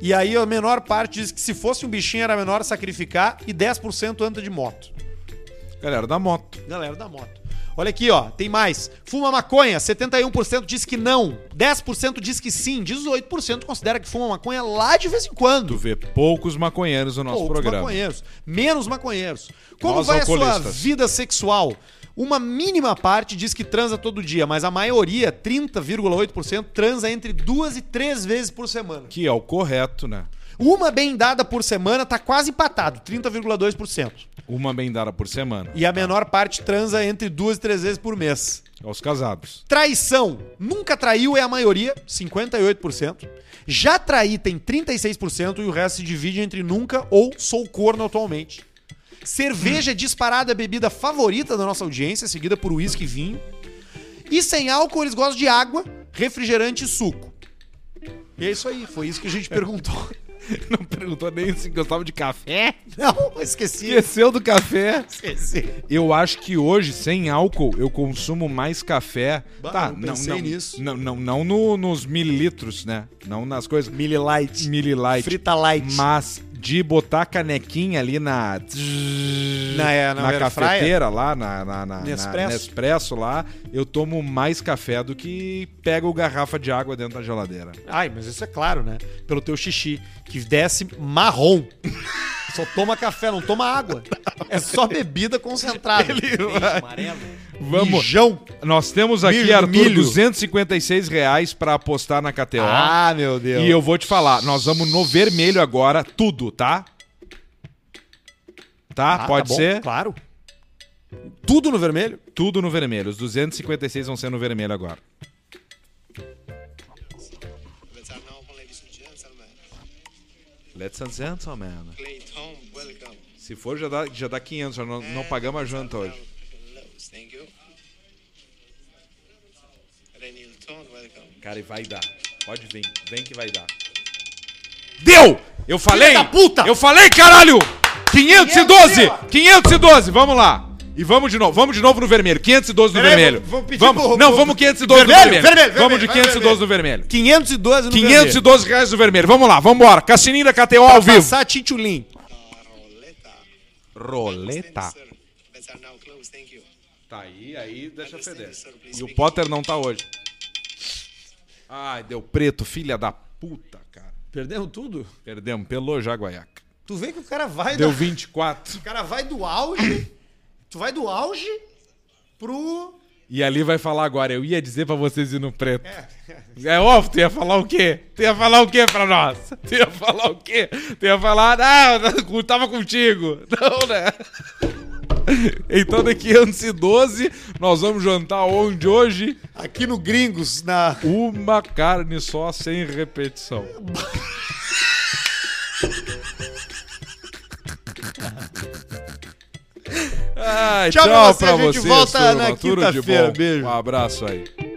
S4: E aí a menor parte diz que se fosse um bichinho era menor sacrificar. E 10% anda de moto.
S6: Galera da moto.
S4: Galera da moto. Olha aqui, ó, tem mais. Fuma maconha, 71% diz que não, 10% diz que sim, 18% considera que fuma maconha lá de vez em
S6: Tu
S4: quando.
S6: vê poucos maconheiros no nosso
S4: Outros
S6: programa.
S4: maconheiros, menos maconheiros. Como
S6: Nós
S4: vai a sua
S6: alcoolistas.
S4: vida sexual? Uma mínima parte diz que transa todo dia, mas a maioria, 30,8%, transa entre duas e três vezes por semana.
S6: Que é o correto, né?
S4: Uma bem dada por semana tá quase empatado, 30,2%.
S6: Uma bendada por semana.
S4: E a menor parte transa entre duas e três vezes por mês.
S6: Aos casados.
S4: Traição. Nunca traiu é a maioria, 58%. Já traí tem 36% e o resto se divide entre nunca ou sou corno atualmente. Cerveja é disparada a bebida favorita da nossa audiência, seguida por uísque e vinho. E sem álcool eles gostam de água, refrigerante e suco. E é isso aí, foi isso que a gente perguntou.
S6: Não perguntou nem se gostava de café.
S4: [LAUGHS] Não, esqueci.
S6: Esqueceu do café.
S4: esqueci.
S6: Eu acho que hoje, sem álcool, eu consumo mais café.
S4: Bah,
S6: tá,
S4: eu
S6: não,
S4: pensei
S6: não,
S4: nisso.
S6: Não, não, não no- nos mililitros, né? Não nas coisas.
S4: Mililight.
S6: Mililite.
S4: Frita Light.
S6: Mas de botar a canequinha ali na.
S4: Na- é, na air fryer?
S6: cafeteira lá, na, na, na- na-
S4: Nespresso?
S6: Nespresso lá, eu tomo mais café do que pego garrafa de água dentro da geladeira.
S4: Ai, mas isso é claro, né? [LAUGHS] Pelo teu xixi, que desce marrom. Só toma café, não toma água. É só bebida concentrada. Verde, amarelo.
S6: Vamos.
S4: Mijão.
S6: Nós temos aqui,
S4: Milho,
S6: Arthur,
S4: milho.
S6: 256 reais pra apostar na KTO.
S4: Ah, meu Deus.
S6: E eu vou te falar, nós vamos no vermelho agora, tudo, tá? Tá?
S4: Ah, tá
S6: Pode
S4: bom,
S6: ser?
S4: Claro. Tudo no vermelho?
S6: Tudo no vermelho. Os 256 vão ser no vermelho agora. Let's and gentlemen. Se for, já dá, já dá 500. Já não, não pagamos a janta hoje. Cara, e vai dar. Pode vir. Vem que vai dar. Deu! Eu falei!
S4: da puta!
S6: Eu falei, caralho! 512! 512! Vamos lá! E vamos de novo, vamos de novo no vermelho. 512 no
S4: Peraí,
S6: vermelho.
S4: vamos- vamos pedir
S6: vamos,
S4: pro-
S6: não,
S4: pro-
S6: vamos 512 no
S4: Vermelho,
S6: vermelho.
S4: vermelho,
S6: Vamos
S4: vermelho,
S6: de 512 no vermelho.
S4: 512 no vermelho.
S6: 512 reais no vermelho. Vamos lá, vamos embora. Cassininho da KTO ao
S4: Pra
S6: vivo.
S4: passar Tintulin.
S6: Roleta. Tá aí, aí deixa feder. E o Potter não tá hoje. Ai, deu preto, filha da puta, cara.
S4: Perdemos tudo?
S6: Perdemos, pelou Jaguaiaca.
S4: Tu vê que o cara vai
S6: Deu
S4: do,
S6: 24.
S4: o cara vai do auge. tu vai do auge pro
S6: E ali vai falar agora, eu ia dizer pra vocês ir no preto. É óbvio, tu ia falar o quê? Tu ia falar o quê pra nós? [LAUGHS] Tu ia falar o quê? Tu ia falar, ah, eu tava contigo. [LAUGHS] Não, né? Então daqui a 11h12, nós vamos jantar onde hoje?
S4: aqui no Gringos na
S6: Uma carne só sem repetição. Ai,
S4: Tchau
S6: tchau,
S4: pra
S6: pra
S4: você, a gente
S6: vocês.
S4: volta
S6: turma.
S4: na
S6: Tudo de
S4: quinta-feira.
S6: bom.
S4: Beijo.
S6: Um abraço aí.